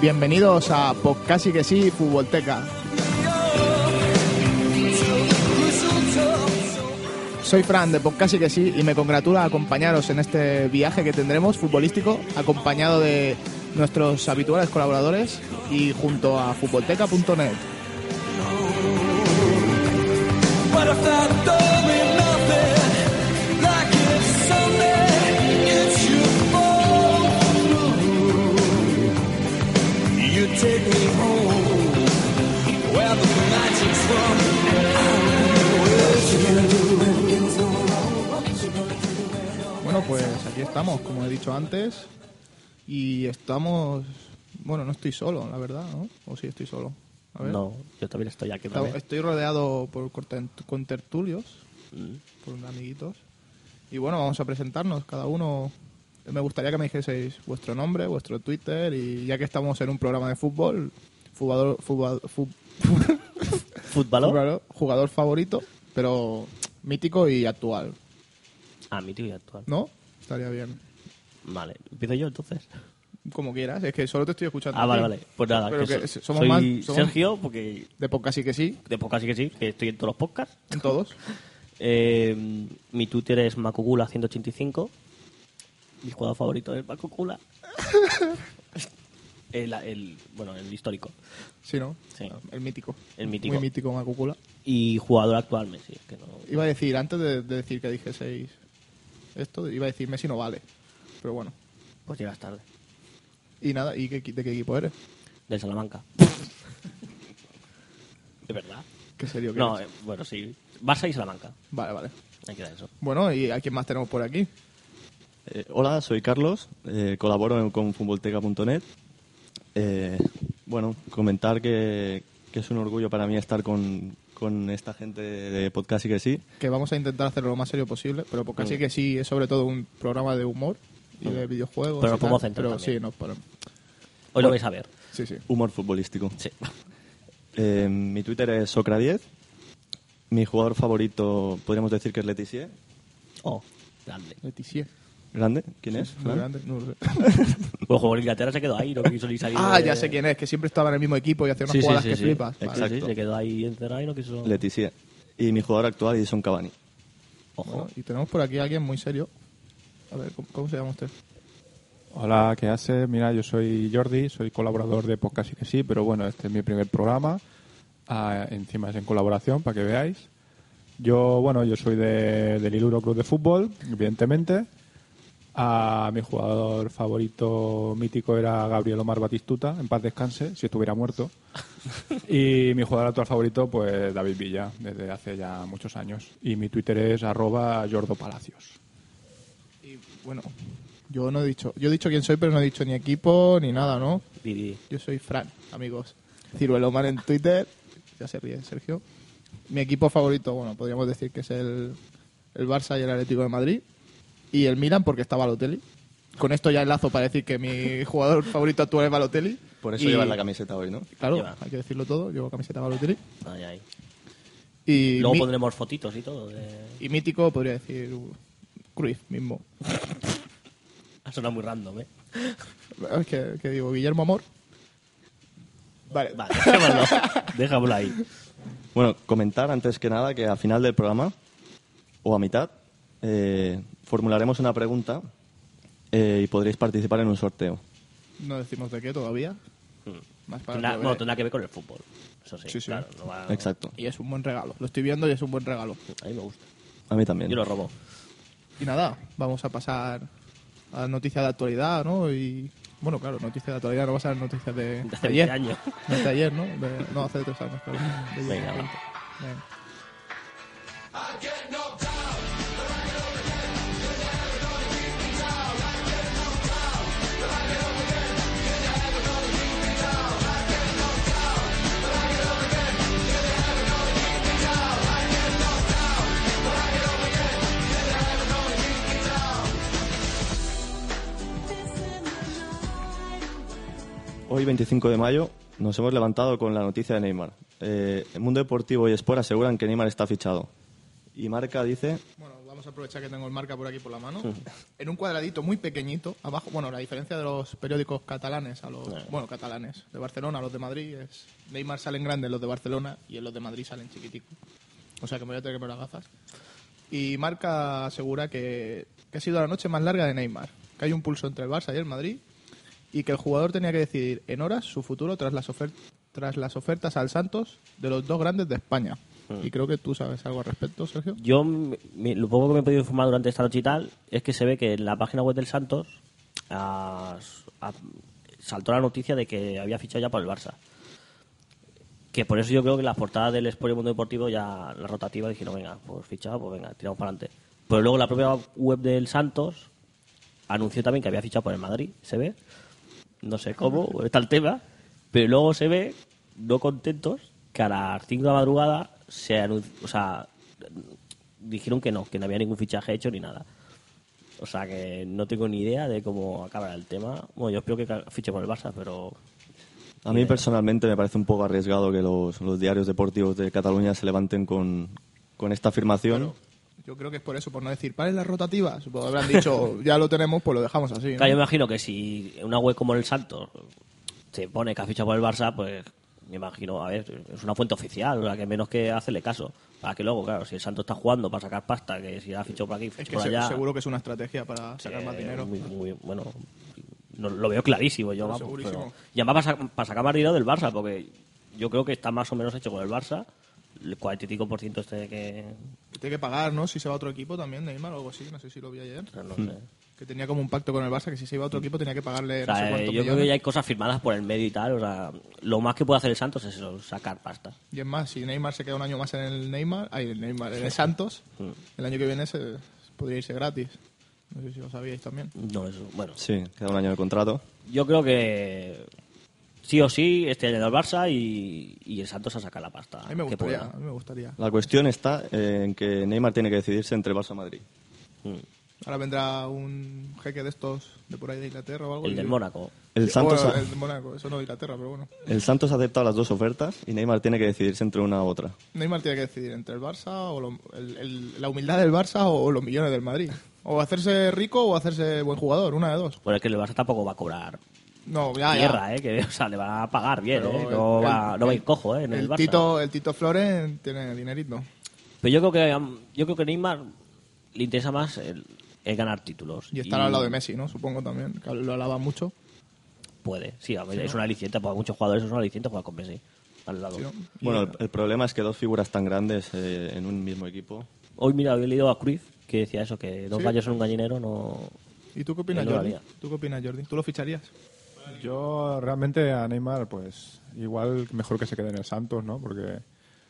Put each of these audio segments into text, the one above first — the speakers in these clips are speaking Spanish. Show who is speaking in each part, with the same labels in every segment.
Speaker 1: Bienvenidos a Podcast y que sí, Futbolteca. Soy Fran de Podcast y que sí y me congratula acompañaros en este viaje que tendremos futbolístico, acompañado de nuestros habituales colaboradores y junto a futbolteca.net.
Speaker 2: But if that don't mean nothing, like it's Sunday, it's your fault. You take me home, where the magic's from. What you gonna do when it gets all wrong? What you gonna do when it all
Speaker 1: Bueno, pues aquí estamos, como he dicho antes, y estamos... Bueno, no estoy solo, la verdad, ¿no? O sí estoy solo. A ver.
Speaker 3: No, yo también estoy aquí
Speaker 1: Está-
Speaker 3: también.
Speaker 1: Estoy rodeado por corten- contertulios,
Speaker 3: Mm.
Speaker 1: por amiguitos. Y bueno, vamos a presentarnos cada uno. Me gustaría que me dijeseis vuestro nombre, vuestro Twitter y ya que estamos en un programa de fútbol, jugador, fútbol- fu-
Speaker 3: ¿Fútbol?
Speaker 1: jugador- jugador favorito, pero mítico y actual,
Speaker 3: Ah, mi tío actual.
Speaker 1: ¿no? Estaría bien.
Speaker 3: Vale, empiezo yo entonces.
Speaker 1: Como quieras, es que solo te estoy escuchando.
Speaker 3: Ah,
Speaker 1: a
Speaker 3: vale,
Speaker 1: ti.
Speaker 3: vale. Pues nada,
Speaker 1: Pero
Speaker 3: que
Speaker 1: que
Speaker 3: so-
Speaker 1: somos
Speaker 3: soy
Speaker 1: más- somos-
Speaker 3: Sergio, porque
Speaker 1: De podcast sí que sí,
Speaker 3: de podcast sí que sí, que estoy en todos los podcasts.
Speaker 1: en todos.
Speaker 3: Eh, mi Twitter es Macocula185. Mi jugador favorito es Macocula. el, el- bueno, el histórico.
Speaker 1: Sí, ¿no?
Speaker 3: Sí.
Speaker 1: El mítico.
Speaker 3: El mítico.
Speaker 1: Muy mítico, Macucula.
Speaker 3: Y jugador actual, Messi. es Que no...
Speaker 1: Iba a decir, antes de, de decir que dijeseis esto, iba a decir Messi no vale. Pero bueno.
Speaker 3: Pues llegas tarde.
Speaker 1: Y nada, ¿y qué, de qué equipo eres?
Speaker 3: Del Salamanca. ¿De verdad?
Speaker 1: ¿Qué serio que
Speaker 3: No,
Speaker 1: eres?
Speaker 3: eh, bueno, sí. Barça y Salamanca.
Speaker 1: Vale, vale.
Speaker 3: Ahí queda eso.
Speaker 1: Bueno, ¿y a quién más tenemos por aquí?
Speaker 4: Eh, hola, soy Carlos, eh, colaboro con futbolteca.net. Eh, bueno, comentar que, que es un orgullo para mí estar con, con esta gente de podcast y que sí.
Speaker 1: Que vamos a intentar hacerlo lo más serio posible, pero porque
Speaker 3: Mm.
Speaker 1: así que sí es sobre todo un programa de humor y de videojuegos. y
Speaker 3: Pero nos
Speaker 1: tal,
Speaker 3: podemos centrar
Speaker 1: Pero
Speaker 3: también.
Speaker 1: sí, nos ponemos.
Speaker 3: Hoy
Speaker 1: Pues
Speaker 3: lo vais a ver.
Speaker 1: Sí, sí.
Speaker 4: Humor futbolístico.
Speaker 3: Sí.
Speaker 4: Eh, mi Twitter es Socra10. Mi jugador favorito podríamos decir que es Letizier.
Speaker 3: Oh, grande.
Speaker 1: Leticia.
Speaker 4: ¿Grande? ¿Quién es?
Speaker 1: Muy
Speaker 4: Fran?
Speaker 1: grande, no lo sé.
Speaker 3: Bueno, Pues como Inglaterra se quedó ahí, no quiso ni salir.
Speaker 1: Ah,
Speaker 3: de-
Speaker 1: ya sé quién es, que siempre estaba en el mismo equipo y hacía unas
Speaker 3: eh. Sí, sí,
Speaker 1: jugadas
Speaker 3: sí,
Speaker 1: que
Speaker 3: sí.
Speaker 1: flipas.
Speaker 3: Sí,
Speaker 1: Vale.
Speaker 3: sí,
Speaker 4: Exacto.
Speaker 3: se quedó ahí encerrado y no quiso.
Speaker 4: Letizier. Y mi jugador actual, Edison Cavani.
Speaker 3: Ojo.
Speaker 1: Bueno, y tenemos por aquí a alguien muy serio. A ver, ¿cómo, cómo se llama usted?
Speaker 5: Hola, ¿qué haces? Mira, yo soy Jordi, soy colaborador de Podcast y que sí, pero bueno, este es mi primer programa. Ah, encima es en colaboración, para que veáis. Yo, bueno, yo soy de, del Iluro Club de Fútbol, evidentemente. Ah, mi jugador favorito mítico era Gabriel Omar Batistuta, en paz descanse, si estuviera muerto. Y mi jugador actual favorito, pues David Villa, desde hace ya muchos años. Y mi Twitter es arroba Jordo Palacios.
Speaker 1: Y bueno, yo no he dicho, yo he dicho quién soy, pero no he dicho ni equipo ni nada, ¿no?
Speaker 3: Di, di.
Speaker 1: Yo soy Fran, amigos. Ciruelo Man en Twitter. Ya se ríe, Sergio. Mi equipo favorito, bueno, podríamos decir que es el, el Barça y el Atlético de Madrid. Y el Milan, porque está Balotelli. Con esto ya enlazo para decir que mi jugador favorito actual es Balotelli.
Speaker 4: Por eso
Speaker 1: Y-
Speaker 4: llevas la camiseta hoy, ¿no?
Speaker 1: Claro,
Speaker 3: Lleva.
Speaker 1: hay que decirlo todo. Llevo camiseta Balotelli.
Speaker 3: Ay, ay.
Speaker 1: Y
Speaker 3: Luego
Speaker 1: mi-
Speaker 3: pondremos fotitos y todo. eh. De...
Speaker 1: y mítico, podría decir uh, Cruyff mismo.
Speaker 3: Ha sonado muy random, ¿eh?
Speaker 1: Es que, que digo, Guillermo Amor. Vale,
Speaker 3: Vale, déjamelo. déjamelo ahí.
Speaker 4: Bueno, comentar antes que nada que al final del programa, o a mitad, eh, formularemos una pregunta eh, y podréis participar en un sorteo.
Speaker 1: no decimos de qué todavía. Más para
Speaker 3: Hmm. Tendrá-
Speaker 1: que
Speaker 3: bueno,
Speaker 1: veáis.
Speaker 3: tendrá que ver con el fútbol. Eso sí.
Speaker 1: Sí, sí.
Speaker 3: Claro, no va-
Speaker 4: Exacto.
Speaker 1: Y es un buen regalo. Lo estoy viendo y es un buen regalo.
Speaker 3: A mí me gusta.
Speaker 4: A mí también.
Speaker 3: Yo lo robo.
Speaker 1: Y nada, vamos a pasar a noticias de actualidad, ¿no? Y Bueno, claro, noticias de la actualidad, no vas a ver noticias de,
Speaker 3: De hace
Speaker 1: ayer.
Speaker 3: 20 años.
Speaker 1: No, de ayer, ¿no? De- no, hace tres años, claro. De ayer.
Speaker 3: Venga, va.
Speaker 1: Venga.
Speaker 4: Hoy, 25 de mayo, nos hemos levantado con la noticia de Neymar. Eh, el Mundo Deportivo y Sport aseguran que Neymar está fichado. Y Marca dice,
Speaker 1: Bueno, vamos a aprovechar que tengo el marca por aquí por la mano. En un cuadradito muy pequeñito, abajo, bueno, la diferencia de los periódicos catalanes a los, bueno, catalanes, de Barcelona a los de Madrid es Neymar salen grandes los de Barcelona y en los de Madrid salen chiquiticos. O sea que me voy a tener que poner las gafas. Y marca asegura que, que ha sido la noche más larga de Neymar, que hay un pulso entre el Barça y el Madrid y que el jugador tenía que decidir en horas su futuro tras las, ofer- tras las ofertas al Santos de los dos grandes de España. Y creo que tú sabes algo al respecto, Sergio.
Speaker 3: Yo, m- mi- lo poco que me he podido informar durante esta noche y tal, es que se ve que en la página web del Santos ah, s- ah, saltó la noticia de que había fichado ya por el Barça. Que por eso yo creo que las portadas del Sport y Mundo Deportivo, ya la rotativa, dijeron, venga, pues fichado, pues venga, tiramos para adelante. Pero luego la propia web del Santos anunció también que había fichado por el Madrid, se ve. No sé cómo, está el tema. Pero luego se ve, no contentos, que a las 5 de la madrugada se anunció, o sea, dijeron que no, que no había ningún fichaje hecho ni nada. O sea que no tengo ni idea de cómo acabará el tema. Bueno, yo espero que ca- fiche por el Barça, pero
Speaker 4: a mí personalmente me parece un poco arriesgado que los, los diarios deportivos de Cataluña se levanten con, con esta afirmación.
Speaker 1: Yo creo que es por eso, por no decir, paren las rotativas. Pues habrán dicho, ya lo tenemos, pues lo dejamos así. ¿no?
Speaker 3: Claro, yo me imagino que si una web como el Santos se pone que ha fichado por el Barça, pues me imagino, a ver, es una fuente oficial, o sea, que menos que hacerle caso. Para que luego, claro, si el Santos está jugando para sacar pasta, que si ha fichado por aquí,
Speaker 1: Es
Speaker 3: ficha
Speaker 1: que
Speaker 3: por
Speaker 1: se-
Speaker 3: allá.
Speaker 1: seguro que es una estrategia para sacar
Speaker 3: eh,
Speaker 1: más dinero.
Speaker 3: muy- muy- bueno, no- lo veo clarísimo yo. vamos,
Speaker 1: segurísimo.
Speaker 3: pero- y además para, sa- para sacar más dinero del Barça, porque yo creo que está más o menos hecho con el Barça. El 45% este que...
Speaker 1: Tiene que pagar, ¿no? Si se va a otro equipo también, Neymar o algo así. No sé si lo vi ayer.
Speaker 3: No sé.
Speaker 1: Que tenía como un pacto con el Barça que si se iba a otro equipo tenía Hmm. que pagarle
Speaker 3: Mm. O sea,
Speaker 1: no sé
Speaker 3: eh,
Speaker 1: cuántos
Speaker 3: yo creo
Speaker 1: millones.
Speaker 3: que ya hay cosas firmadas por el medio y tal. O sea, lo más que puede hacer el Santos es eso, sacar pasta.
Speaker 1: Y es más, si Neymar se queda un año más en el Neymar, ay, en el Neymar, en el Santos,
Speaker 3: Mm.
Speaker 1: el año que viene se, podría irse gratis. No sé si lo sabíais también.
Speaker 3: No, eso, bueno.
Speaker 4: Sí, queda un año de contrato.
Speaker 3: Yo creo que sí o sí este año el Barça y, y el Santos a sacar la pasta.
Speaker 1: A mí me
Speaker 3: que
Speaker 1: gustaría,
Speaker 3: pueda.
Speaker 1: a mí me gustaría.
Speaker 4: La cuestión está eh, en que Neymar tiene que decidirse entre Barça y Madrid.
Speaker 1: Ahora vendrá un jeque de estos de por ahí de Inglaterra o algo.
Speaker 3: El
Speaker 1: y-
Speaker 3: del Mónaco.
Speaker 4: El Santos,
Speaker 1: Bueno,
Speaker 4: ha-
Speaker 1: el de Mónaco, eso no de Inglaterra, pero bueno.
Speaker 4: el Santos ha aceptado las dos ofertas y Neymar tiene que decidirse entre una u otra.
Speaker 1: Neymar tiene que decidir entre el Barça o lo- el- el- la humildad del Barça o los millones del Madrid. O hacerse rico o hacerse buen jugador, una de dos.
Speaker 3: Bueno, es que el Barça tampoco va a cobrar
Speaker 1: No, Ah, ya, ya.
Speaker 3: tierra, ¿eh? Que, o sea, le van a pagar bien,
Speaker 1: Pero
Speaker 3: ¿eh? No,
Speaker 1: el-
Speaker 3: va, no va a ir cojo, ¿eh? En el,
Speaker 1: el
Speaker 3: Barça.
Speaker 1: Tito, el Tito Flores tiene dinerito.
Speaker 3: Pero yo creo que um, yo creo que Neymar le interesa más el, el ganar títulos.
Speaker 1: Y estar al lado de Messi, ¿no? Supongo también, que lo alaba mucho.
Speaker 3: Puede, sí, a ver, es una aliciente para muchos jugadores, es una aliciente jugar con Messi. Al lado.
Speaker 1: ¿sí, no? Y-
Speaker 4: Bueno, el, el problema es que dos figuras tan grandes eh, en un mismo equipo.
Speaker 3: Hoy, mira, había leído a Cruyff que decía eso, que dos
Speaker 1: ¿Sí?
Speaker 3: gallos en un gallinero no...
Speaker 1: ¿Y tú qué opinas,
Speaker 3: él no lo
Speaker 1: Jordi?
Speaker 3: haría.
Speaker 1: ¿Tú qué opinas, Jordi? ¿Tú lo ficharías?
Speaker 5: Yo realmente a Neymar, pues igual mejor que se quede en el Santos, ¿no? Porque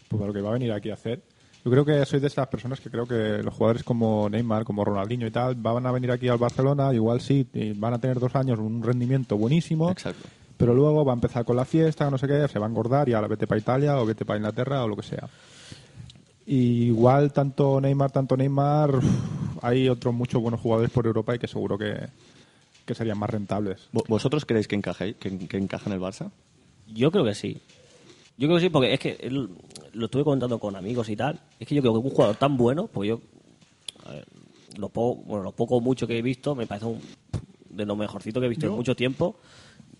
Speaker 5: pues, para lo que va a venir aquí a hacer. Yo creo que soy de estas personas que creo que los jugadores como Neymar, como Ronaldinho y tal, van a venir aquí al Barcelona, igual sí, y van a tener dos años un rendimiento buenísimo.
Speaker 4: Exacto.
Speaker 5: Pero luego va a empezar con la fiesta, no sé qué, se va a engordar y ahora vete para Italia o vete para Inglaterra o lo que sea. Y igual tanto Neymar, tanto Neymar, hay otros muchos buenos jugadores por Europa y que seguro que, que serían más rentables.
Speaker 4: ¿Vo- ¿Vosotros creéis que, encaje, que, en- que encaja en el Barça?
Speaker 3: Yo creo que sí. Yo creo que sí, porque es que él- lo estuve comentando con amigos y tal. Es que yo creo que un jugador tan bueno, pues yo. a ver, lo poco, bueno, lo poco o mucho que he visto, me parece un- de lo mejorcito que he visto en mucho tiempo.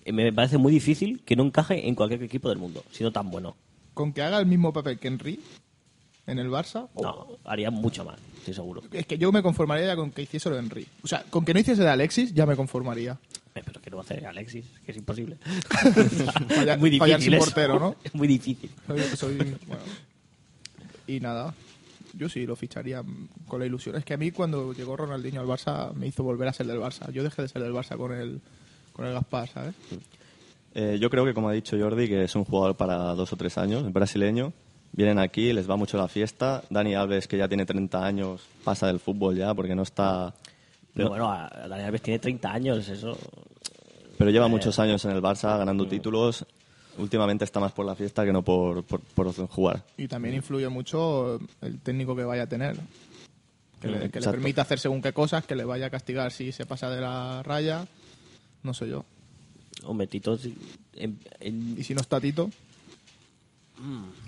Speaker 3: Eh, Me parece muy difícil que no encaje en cualquier equipo del mundo, siendo tan bueno.
Speaker 1: Con que haga el mismo papel que Henry en el Barça. o-
Speaker 3: No, haría mucho más, estoy seguro.
Speaker 1: Es que yo me conformaría ya con que hiciese lo de Henry. O sea, con que no hiciese de Alexis, ya me conformaría.
Speaker 3: Eh, Pero que no va a hacer Alexis, que es imposible.
Speaker 1: Falla-
Speaker 3: Es muy
Speaker 1: fallar
Speaker 3: difícil.
Speaker 1: sin
Speaker 3: eso.
Speaker 1: portero, ¿no?
Speaker 3: Es muy difícil.
Speaker 1: Soy, soy- bueno. Y nada, yo sí lo ficharía mm, con la ilusión. Es que a mí cuando llegó Ronaldinho al Barça me hizo volver a ser del Barça. Yo dejé de ser del Barça con el, con con el Gaspar, ¿sabes?
Speaker 4: Eh, yo creo que, como ha dicho Jordi, que es un jugador para dos o tres años, es brasileño. Vienen aquí, les va mucho la fiesta. Dani Alves, que ya tiene 30 años, pasa del fútbol ya porque no está...
Speaker 3: Pero
Speaker 4: no-
Speaker 3: bueno, a- a Dani Alves tiene 30 años, eso.
Speaker 4: pero lleva muchos años en el Barça ganando títulos. Últimamente está más por la fiesta que no por, por, por jugar.
Speaker 1: Y también influye mucho el técnico que vaya a tener. Que, le, que le
Speaker 4: Exacto.
Speaker 1: permita hacer según qué cosas, que le vaya a castigar si se pasa de la raya. No sé yo.
Speaker 3: Hombre, Tito. sí, en- en-
Speaker 1: Y si no está Tito.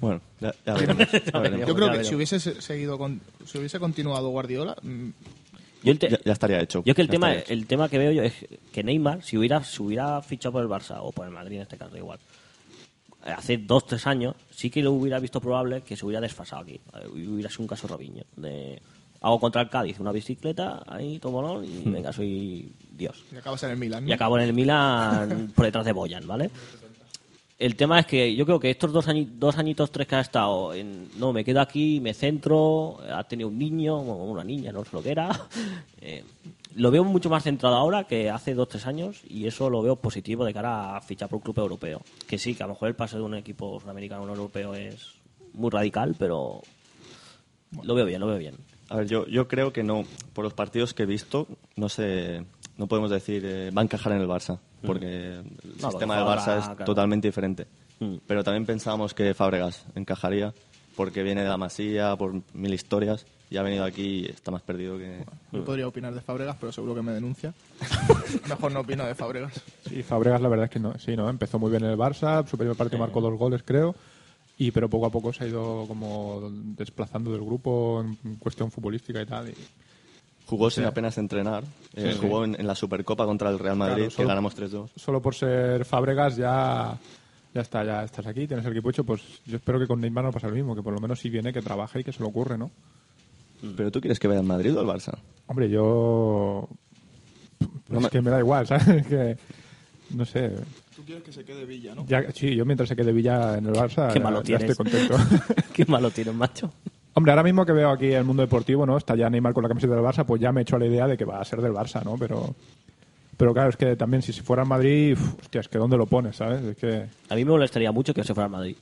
Speaker 4: Bueno, ya, ya veremos. ya veremos.
Speaker 1: Yo creo
Speaker 3: ya
Speaker 1: que
Speaker 3: veremos.
Speaker 1: si hubiese se- seguido con, si hubiese continuado Guardiola, mm,
Speaker 3: yo el te-
Speaker 4: Ya, ya estaría hecho.
Speaker 3: Yo es que el
Speaker 4: Ya
Speaker 3: tema,
Speaker 4: estaría hecho.
Speaker 3: el tema que veo yo es que Neymar, si hubiera, si hubiera fichado por el Barça, o por el Madrid en este caso, da igual, eh, hace dos, tres años, sí que lo hubiera visto probable que se hubiera desfasado aquí. Eh, Hubiera sido un caso Robinho. De, hago contra el Cádiz una bicicleta, ahí tomo ¿no? y
Speaker 4: Hmm.
Speaker 3: venga, soy Dios
Speaker 1: y acabas en el Milan. ¿no?
Speaker 3: y acabó en el Milan por detrás de Boyan, ¿vale? El tema es que yo creo que estos dos, añi- dos añitos, tres que ha estado, en, no, me quedo aquí, me centro, ha tenido un niño, o una niña, no sé lo que era. eh, lo veo mucho más centrado ahora que hace dos, tres años y eso lo veo positivo de cara a fichar por un club europeo. Que sí, que a lo mejor el paso de un equipo sudamericano a un europeo es muy radical, pero lo veo bien, lo veo bien.
Speaker 4: A ver, yo, yo creo que no. Por los partidos que he visto, no sé, no podemos decir eh, va a encajar en el Barça, porque el
Speaker 3: Mm. No,
Speaker 4: sistema
Speaker 3: porque
Speaker 4: del Barça
Speaker 3: ahora,
Speaker 4: es
Speaker 3: claro.
Speaker 4: totalmente diferente.
Speaker 3: Mm.
Speaker 4: Pero también pensábamos que Fábregas encajaría, porque viene de la Masía, por mil historias, y ha venido aquí y está más perdido que...
Speaker 1: Yo podría opinar de Fábregas, pero seguro que me denuncia. Mejor no opino de Fábregas.
Speaker 5: Sí, Fabregas la verdad es que no, sí, no, empezó muy bien en el Barça, su primer partido marcó dos goles, creo, y pero poco a poco se ha ido como desplazando del grupo en cuestión futbolística y tal. y-
Speaker 4: Jugó sin apenas entrenar, eh, jugó en, en la Supercopa contra el Real Madrid,
Speaker 5: Claro,
Speaker 4: que
Speaker 5: solo-
Speaker 4: ganamos 3-2.
Speaker 5: solo por ser Fábregas ya ya está, ya estás aquí, tienes el equipo hecho, pues yo espero que con Neymar no pase lo mismo, que por lo menos si viene que trabaje y que se lo ocurre, ¿no?
Speaker 3: Mm.
Speaker 4: ¿Pero tú quieres que vaya al Madrid o al Barça?
Speaker 5: Hombre, yo
Speaker 4: No
Speaker 5: Pues es
Speaker 4: me-
Speaker 5: que me da igual, ¿sabes? Es que no sé.
Speaker 1: Tú quieres que se quede Villa, ¿no?
Speaker 5: Ya, sí, yo mientras se quede Villa en el Barça,
Speaker 3: Qué
Speaker 5: ya-
Speaker 3: malo
Speaker 5: ya
Speaker 3: tienes.
Speaker 5: estoy contento.
Speaker 3: Qué malo tienes, macho.
Speaker 5: Hombre, ahora mismo que veo aquí el mundo deportivo, ¿no? Está ya Neymar con la camiseta del Barça, pues ya me he hecho la idea de que va a ser del Barça, ¿no? Pero, pero claro, es que también si se fuera al Madrid, uf, hostia, es que ¿dónde lo pones, sabes? Es que...
Speaker 3: A mí me molestaría mucho que se fuera a Madrid.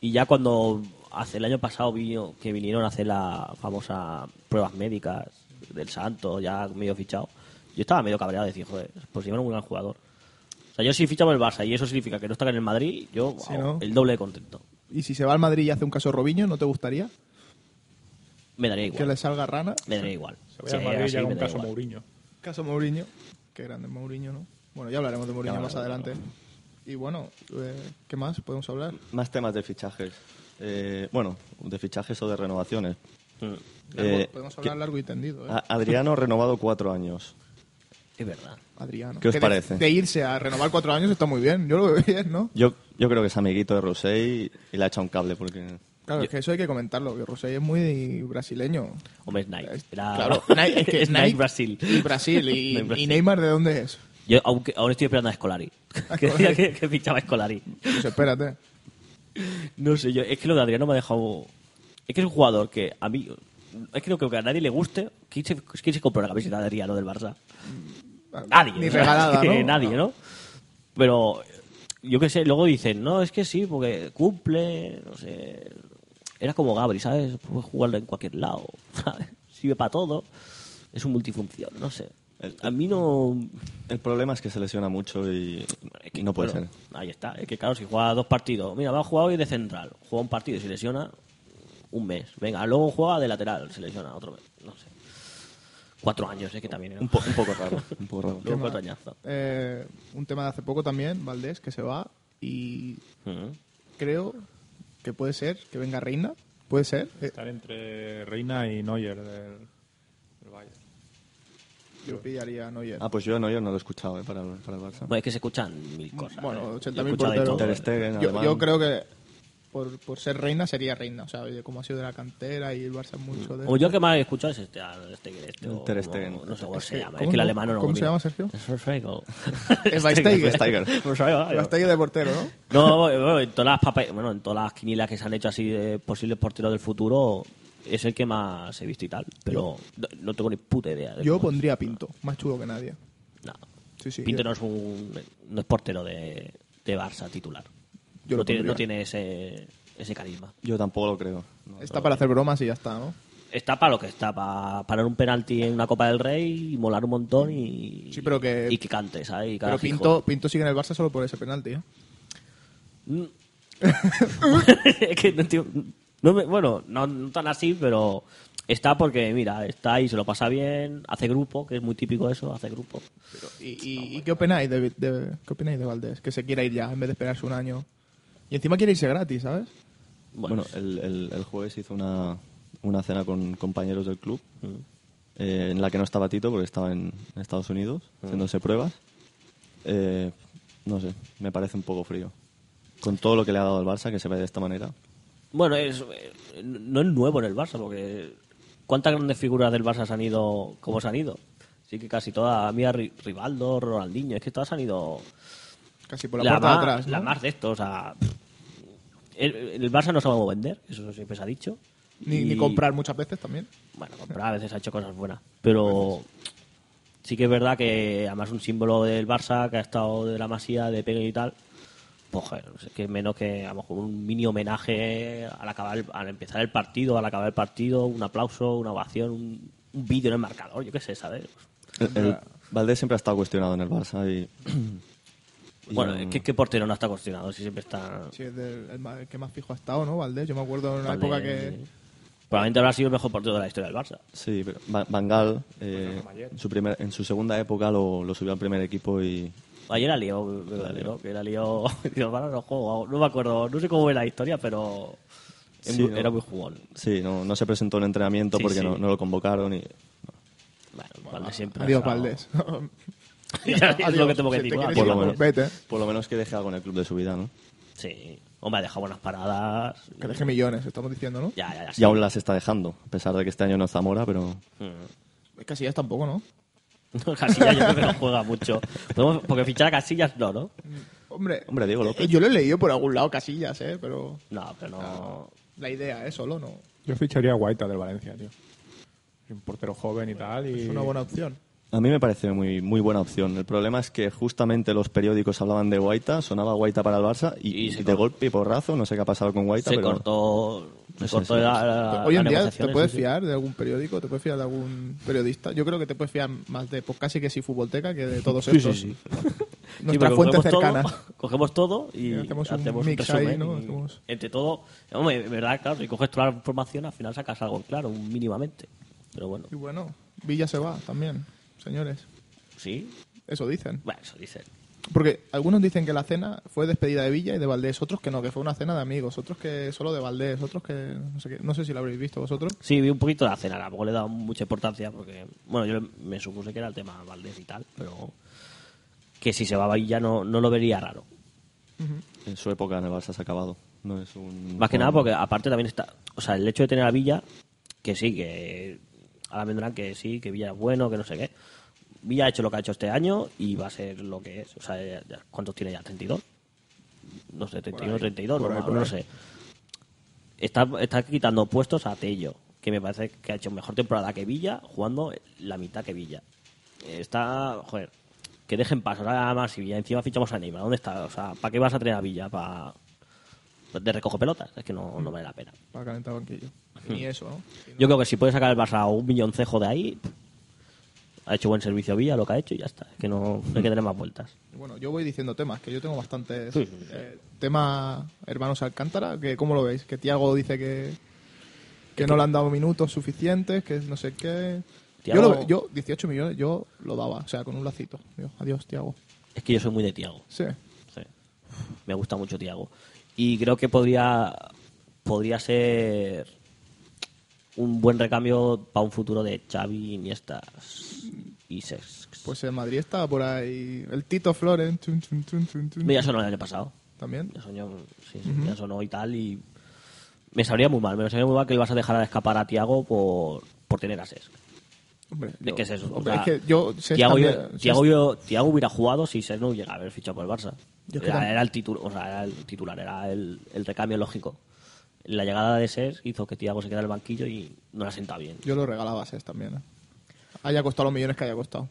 Speaker 3: Y ya cuando hace el año pasado vino, que vinieron a hacer las famosas pruebas médicas del Santo, ya medio fichado, yo estaba medio cabreado de decir, joder, pues llevan un gran jugador. O sea, yo si fichamos el Barça y eso significa que no está en el Madrid, yo
Speaker 1: Sí,
Speaker 3: wow,
Speaker 1: ¿no?
Speaker 3: el doble de contento.
Speaker 1: ¿Y si se va al Madrid y hace un caso Robinho, no te gustaría
Speaker 3: Me daría igual.
Speaker 1: que le salga rana?
Speaker 3: Me daría igual.
Speaker 5: Se vaya al
Speaker 3: Sí,
Speaker 5: Madrid
Speaker 3: así
Speaker 5: y haga
Speaker 3: me
Speaker 5: un
Speaker 3: da
Speaker 5: caso
Speaker 3: igual.
Speaker 5: Mourinho.
Speaker 1: Caso Mourinho. Qué grande Mourinho, ¿no? Bueno, ya hablaremos de Mourinho más adelante. Y bueno, eh, ¿qué más podemos hablar?
Speaker 4: Más temas de fichajes. Eh, bueno, de fichajes o de renovaciones.
Speaker 3: Mm,
Speaker 4: Eh,
Speaker 1: Largo- podemos hablar
Speaker 4: ¿qué- Ah,
Speaker 1: largo y tendido, ¿eh?
Speaker 4: A- Adriano renovado cuatro años.
Speaker 3: Es verdad.
Speaker 1: Adriano.
Speaker 4: ¿qué os
Speaker 1: Que de-
Speaker 4: parece?
Speaker 1: De, irse a renovar cuatro años está muy bien. Yo lo veo bien, ¿no?
Speaker 4: Yo, yo creo que es amiguito de Rosell y le ha echado un cable porque...
Speaker 1: Claro, es que eso hay que comentarlo, que Rosell es muy brasileño.
Speaker 3: Hombre, es Nike. Era-
Speaker 1: Claro, Nike- es que
Speaker 3: es Nike Brasil.
Speaker 1: Y Brasil. Y,
Speaker 3: Nike Brasil.
Speaker 1: y Neymar, ¿de dónde es?
Speaker 3: Yo aunque- aún estoy esperando a Escolari. que,
Speaker 1: Scolari.
Speaker 3: que- que fichaba a Escolari.
Speaker 1: Pues espérate.
Speaker 3: No sé, yo, es que lo de Adriano me ha dejado. Es que es un jugador que a mí. Es que no creo que a nadie le guste. ¿Quién se, quién se compró la camiseta de Adriano del Barça? Nadie.
Speaker 1: Ni
Speaker 3: o sea,
Speaker 1: regalada,
Speaker 3: es que
Speaker 1: ¿no?
Speaker 3: Nadie, ¿no? Pero yo qué sé, luego dicen, no, es que sí, porque cumple, no sé. Era como Gabri, ¿sabes? Puedes jugarlo en cualquier lado, ¿sabes? Sirve para todo. Es un multifunción, no sé.
Speaker 4: El-
Speaker 3: A mí no.
Speaker 4: El problema es que se lesiona mucho y
Speaker 3: Es que,
Speaker 4: no puede
Speaker 3: bueno,
Speaker 4: ser.
Speaker 3: Ahí está. Es que claro, si juega dos partidos, mira, va a jugar hoy de central, juega un partido y se lesiona un mes. Venga, luego juega de lateral, se lesiona otro mes. No sé. Cuatro años, es que también era.
Speaker 4: Un, po- un poco raro. un poco raro.
Speaker 3: Luego cuatro añazos.
Speaker 1: Eh, un tema de hace poco también, Valdés, que se va. Y
Speaker 3: Ujú.
Speaker 1: creo que puede ser que venga Reina. Puede ser. Eh,
Speaker 5: Estar entre Reina y Neuer del, del Bayern.
Speaker 1: yo pillaría a Neuer.
Speaker 4: Ah, pues yo no, yo no lo he escuchado eh, para, el- para el Barça.
Speaker 3: Bueno, es que se escuchan mil cosas. ¿eh?
Speaker 1: Bueno,
Speaker 3: Yo he
Speaker 1: 80.000
Speaker 3: escuchado de
Speaker 1: porteros.
Speaker 3: todo,
Speaker 4: Ter
Speaker 3: ¿eh?
Speaker 4: Stegen,
Speaker 1: yo,
Speaker 4: alemán.
Speaker 1: yo creo que por, por ser reina sería reina. O sea, oye, como ha sido de la cantera y el Barça mucho de...
Speaker 3: O yo el que más he escuchado es este, al Stegen, este, o
Speaker 4: Ter
Speaker 3: como-
Speaker 4: Stegen.
Speaker 3: no sé cómo se
Speaker 1: que-
Speaker 3: llama, es
Speaker 1: ¿cómo
Speaker 3: que el
Speaker 1: no?
Speaker 3: alemán no
Speaker 1: ¿Cómo se llama, Sergio?
Speaker 3: este Es Pues
Speaker 1: Stegen.
Speaker 3: Steiger.
Speaker 1: Bastante ¿eh? de portero, ¿no?
Speaker 3: No, bueno, en todas las pape- bueno, en todas las quinielas que se han hecho así de posibles porteros del futuro, es el que más he visto y tal. Pero no, no tengo ni puta idea. de
Speaker 1: Yo
Speaker 3: cómo es.
Speaker 1: pondría a Pinto, más chulo que nadie.
Speaker 3: No.
Speaker 1: Sí, sí.
Speaker 3: Pinto no es, un, no es portero de, de Barça titular.
Speaker 1: Yo
Speaker 3: no,
Speaker 1: lo
Speaker 3: tiene,
Speaker 1: pondría.
Speaker 3: no tiene ese, ese carisma.
Speaker 4: Yo tampoco lo creo. No,
Speaker 1: Está para hacer bromas y ya está, ¿no?
Speaker 3: Está para lo que está, para parar un penalti en una Copa del Rey y molar un montón y,
Speaker 1: Sí, pero que-
Speaker 3: y que cante, ¿sabes? Y
Speaker 1: Pero
Speaker 3: carajijo.
Speaker 1: Pinto, Pinto sigue en el Barça solo por ese penalti, ¿eh?
Speaker 3: Mm. Es que no entiendo- no me- bueno, no, no tan así, pero está porque, mira, está ahí, se lo pasa bien, hace grupo, que es muy típico eso, hace grupo.
Speaker 1: ¿Y, y- y qué opináis de, de- qué opináis de Valdés? Que se quiera ir ya en vez de esperarse un año. Y encima quiere irse gratis, ¿sabes?
Speaker 3: Bueno,
Speaker 4: Bueno, el, el- el jueves hizo una, una cena con compañeros del club
Speaker 3: mm.
Speaker 4: eh, en la que no estaba Tito porque estaba en en Estados Unidos
Speaker 3: Ah.
Speaker 4: haciéndose pruebas. Eh, no sé, me parece un poco frío. Con todo lo que le ha dado al Barça, que se vaya de esta manera.
Speaker 3: bueno, es, eh, no es nuevo en el Barça, porque ¿cuántas grandes figuras del Barça se han ido como se han ido? Sí que casi todas, mira, Ri- Rivaldo, Ronaldinho, es que todas han ido...
Speaker 1: Casi por la, puerta
Speaker 3: más,
Speaker 1: de atrás. ¿no?
Speaker 3: la más de esto, o sea... pff, El, el Barça no sabe vender, eso siempre se ha dicho.
Speaker 1: Ni,
Speaker 3: Y-
Speaker 1: ni comprar muchas veces también.
Speaker 3: Bueno, comprar a veces ha hecho cosas buenas. Pero sí que es verdad que además un símbolo del Barça que ha estado de la masía de pequeño y tal. Pues joder, no sé, que menos que a lo mejor un mini homenaje al acabar el- al empezar el partido, al acabar el partido, un aplauso, una ovación, un, un vídeo en el marcador, yo qué sé, ¿sabes?
Speaker 4: El, el Valdés siempre ha estado cuestionado en el Barça y. y
Speaker 3: Bueno,
Speaker 4: no-
Speaker 3: ¿qué, qué portero no está cuestionado? Si siempre está.
Speaker 1: Sí, es del- el, ma- el que más fijo ha estado, ¿no? Valdés. Yo me acuerdo en una
Speaker 3: Vale,
Speaker 1: época que.
Speaker 3: Probablemente habrá sido el mejor portero de la historia del Barça.
Speaker 4: Sí, pero Van Van Gaal,
Speaker 3: Pues
Speaker 4: eh, en, su primer, en su segunda época lo, lo subió al primer equipo y.
Speaker 3: Ayer la lió, ¿verdad? ¿no? Que la lió. Digo, "Ahora no juego". No me acuerdo, no sé cómo era la historia, pero.
Speaker 4: Sí,
Speaker 3: em-
Speaker 4: ¿no?
Speaker 3: Era muy jugón.
Speaker 4: Sí, no, no se presentó en entrenamiento
Speaker 3: Sí,
Speaker 4: porque
Speaker 3: sí.
Speaker 4: No, no lo convocaron y
Speaker 3: Bueno, Valdés siempre. ha
Speaker 1: Adiós,
Speaker 3: estado-
Speaker 1: Valdés.
Speaker 3: Ya es lo que tengo que
Speaker 1: Si te
Speaker 3: decir.
Speaker 1: quieres
Speaker 4: por
Speaker 3: claro.
Speaker 4: lo,
Speaker 1: Sí,
Speaker 4: menos,
Speaker 1: vete.
Speaker 4: por lo menos que deje algo en el club de su vida, ¿no?
Speaker 3: Sí. Hombre, ha dejado buenas paradas.
Speaker 1: que deje millones, estamos diciendo, ¿no?
Speaker 3: Ya, ya, ya. ¿Ah, sí.
Speaker 4: Y aún las está dejando, a pesar de que este año no es Zamora, pero
Speaker 1: Es Casi ya tampoco, ¿no?
Speaker 3: Casillas Mm. yo creo que no juega mucho. Podemos- Porque fichar a Casillas no, ¿no?
Speaker 1: Hombre,
Speaker 4: Hombre, Diego López.
Speaker 1: eh, yo lo he leído por algún lado, casillas, ¿eh? Pero
Speaker 3: No, pero
Speaker 1: Ah,
Speaker 3: no.
Speaker 1: la idea es solo, ¿no?
Speaker 5: Yo ficharía a Guaita del Valencia, tío. Es un portero joven y tal. Y...
Speaker 1: Es una buena opción.
Speaker 4: a mí me parece muy, muy buena opción. El problema es que justamente los periódicos hablaban de Guaita, sonaba Guaita para el Barça y,
Speaker 3: Y se
Speaker 4: de
Speaker 3: cortó.
Speaker 4: golpe y porrazo, no sé qué ha pasado con Guaita,
Speaker 3: Se
Speaker 4: pero
Speaker 3: cortó. Se
Speaker 4: No sé,
Speaker 3: cortó
Speaker 4: sí,
Speaker 3: la,
Speaker 4: sí.
Speaker 3: Ah, la-
Speaker 1: Pues, Hoy en
Speaker 3: las
Speaker 1: día te
Speaker 3: negociaciones,
Speaker 1: puedes
Speaker 3: sí, sí.
Speaker 1: fiar de algún periódico, te puedes fiar de algún periodista. Yo creo que te puedes fiar más de pues casi que si futbolteca que de todos estos.
Speaker 3: Sí,
Speaker 1: Nuestra
Speaker 3: porque
Speaker 1: fuente
Speaker 3: cogemos todo,
Speaker 1: cercana.
Speaker 3: cogemos todo y
Speaker 1: Y
Speaker 3: hacemos
Speaker 1: hacemos
Speaker 3: un,
Speaker 1: un mix
Speaker 3: resumen.
Speaker 1: ahí, ¿no?
Speaker 3: y
Speaker 1: Hacemos-
Speaker 3: Entre todo, hombre, en verdad, claro, si coges toda la información, al final sacas algo en claro, un- mínimamente. Pero bueno,
Speaker 1: Y bueno, Villa se va también, señores.
Speaker 3: sí,
Speaker 1: Eso dicen.
Speaker 3: bueno, eso dice.
Speaker 1: Porque algunos dicen que la cena fue despedida de Villa y de Valdés, otros que no, que fue una cena de amigos, otros que solo de Valdés, otros que no sé, qué. no sé si lo habréis visto vosotros.
Speaker 3: Sí, vi un poquito de la cena, tampoco le he dado mucha importancia porque, bueno, yo me supuse que era el tema Valdés y tal, pero que si se va a ya no, no lo vería raro.
Speaker 4: en su época en el Barça se ha acabado. No es un
Speaker 3: Más que nada
Speaker 4: jugador-
Speaker 3: porque aparte también está, o sea, el hecho de tener a Villa, que sí, que ahora vendrán que sí, que Villa es bueno, que no sé qué. Villa ha hecho lo que ha hecho este año y va a ser lo que es. O sea, ya- ya- ¿cuántos tiene ya? ¿32? No sé, 31, 32, no, no sé. Está, está quitando puestos a Tello, que me parece que ha hecho mejor temporada que Villa, jugando la mitad que Villa. Está, joder, que dejen pasos. Ahora más, si Villa encima fichamos a Neymar, ¿dónde está? O sea, ¿para qué vas a tener a Villa? ¿Para de recojo pelotas. Es que no, no vale la pena.
Speaker 1: Para calentar banquillo. Ni eso, ¿no? Si no-
Speaker 3: Yo creo que si puede sacar el Barça un milloncejo de ahí, pff, ha hecho buen servicio Villa, lo que ha hecho y ya está. Es que no, no hay que tener más vueltas.
Speaker 1: Bueno, yo voy diciendo temas, que yo tengo bastantes. Eh, tema Hermanos Alcántara, que ¿cómo lo veis? Que Tiago dice que, que no le han dado minutos suficientes, que no sé qué.
Speaker 3: Thiago-
Speaker 1: Yo, lo- yo, 18 millones, yo lo daba, o sea, con un lacito. Digo, adiós, Tiago.
Speaker 3: Es que yo soy muy de Tiago.
Speaker 1: Sí.
Speaker 3: Sí. Me gusta mucho Tiago. Y creo que podría, podría ser un buen recambio para un futuro de Xavi, Iniesta y Sex.
Speaker 1: Pues en Madrid estaba por ahí el Tito Flores. chun, chun, chun, chun, chun,
Speaker 3: ya sonó el año pasado.
Speaker 1: También.
Speaker 3: Ya sonó, sí, sí, ya sonó y tal. Y me sabría muy mal. Me sabría muy mal que le ibas a dejar a escapar a Tiago por, por tener a Sex.
Speaker 1: Hombre,
Speaker 3: ¿De
Speaker 1: yo-
Speaker 3: qué es eso? O
Speaker 1: hombre, es
Speaker 3: sea,
Speaker 1: que yo. Sés
Speaker 3: Thiago
Speaker 1: también-
Speaker 3: hubiera-
Speaker 1: Sés-
Speaker 3: Thiago hubiera- Thiago hubiera jugado si Ser no llega a haber fichado por el Barça.
Speaker 1: Yo es que
Speaker 3: Era,
Speaker 1: tam-
Speaker 3: era el titu- o sea, era el titular, era el, el recambio lógico. La llegada de Ser hizo que Thiago se quedara en el banquillo y no la senta bien.
Speaker 1: yo lo regalaba a Sés también. ¿eh? Haya costado los millones que haya costado.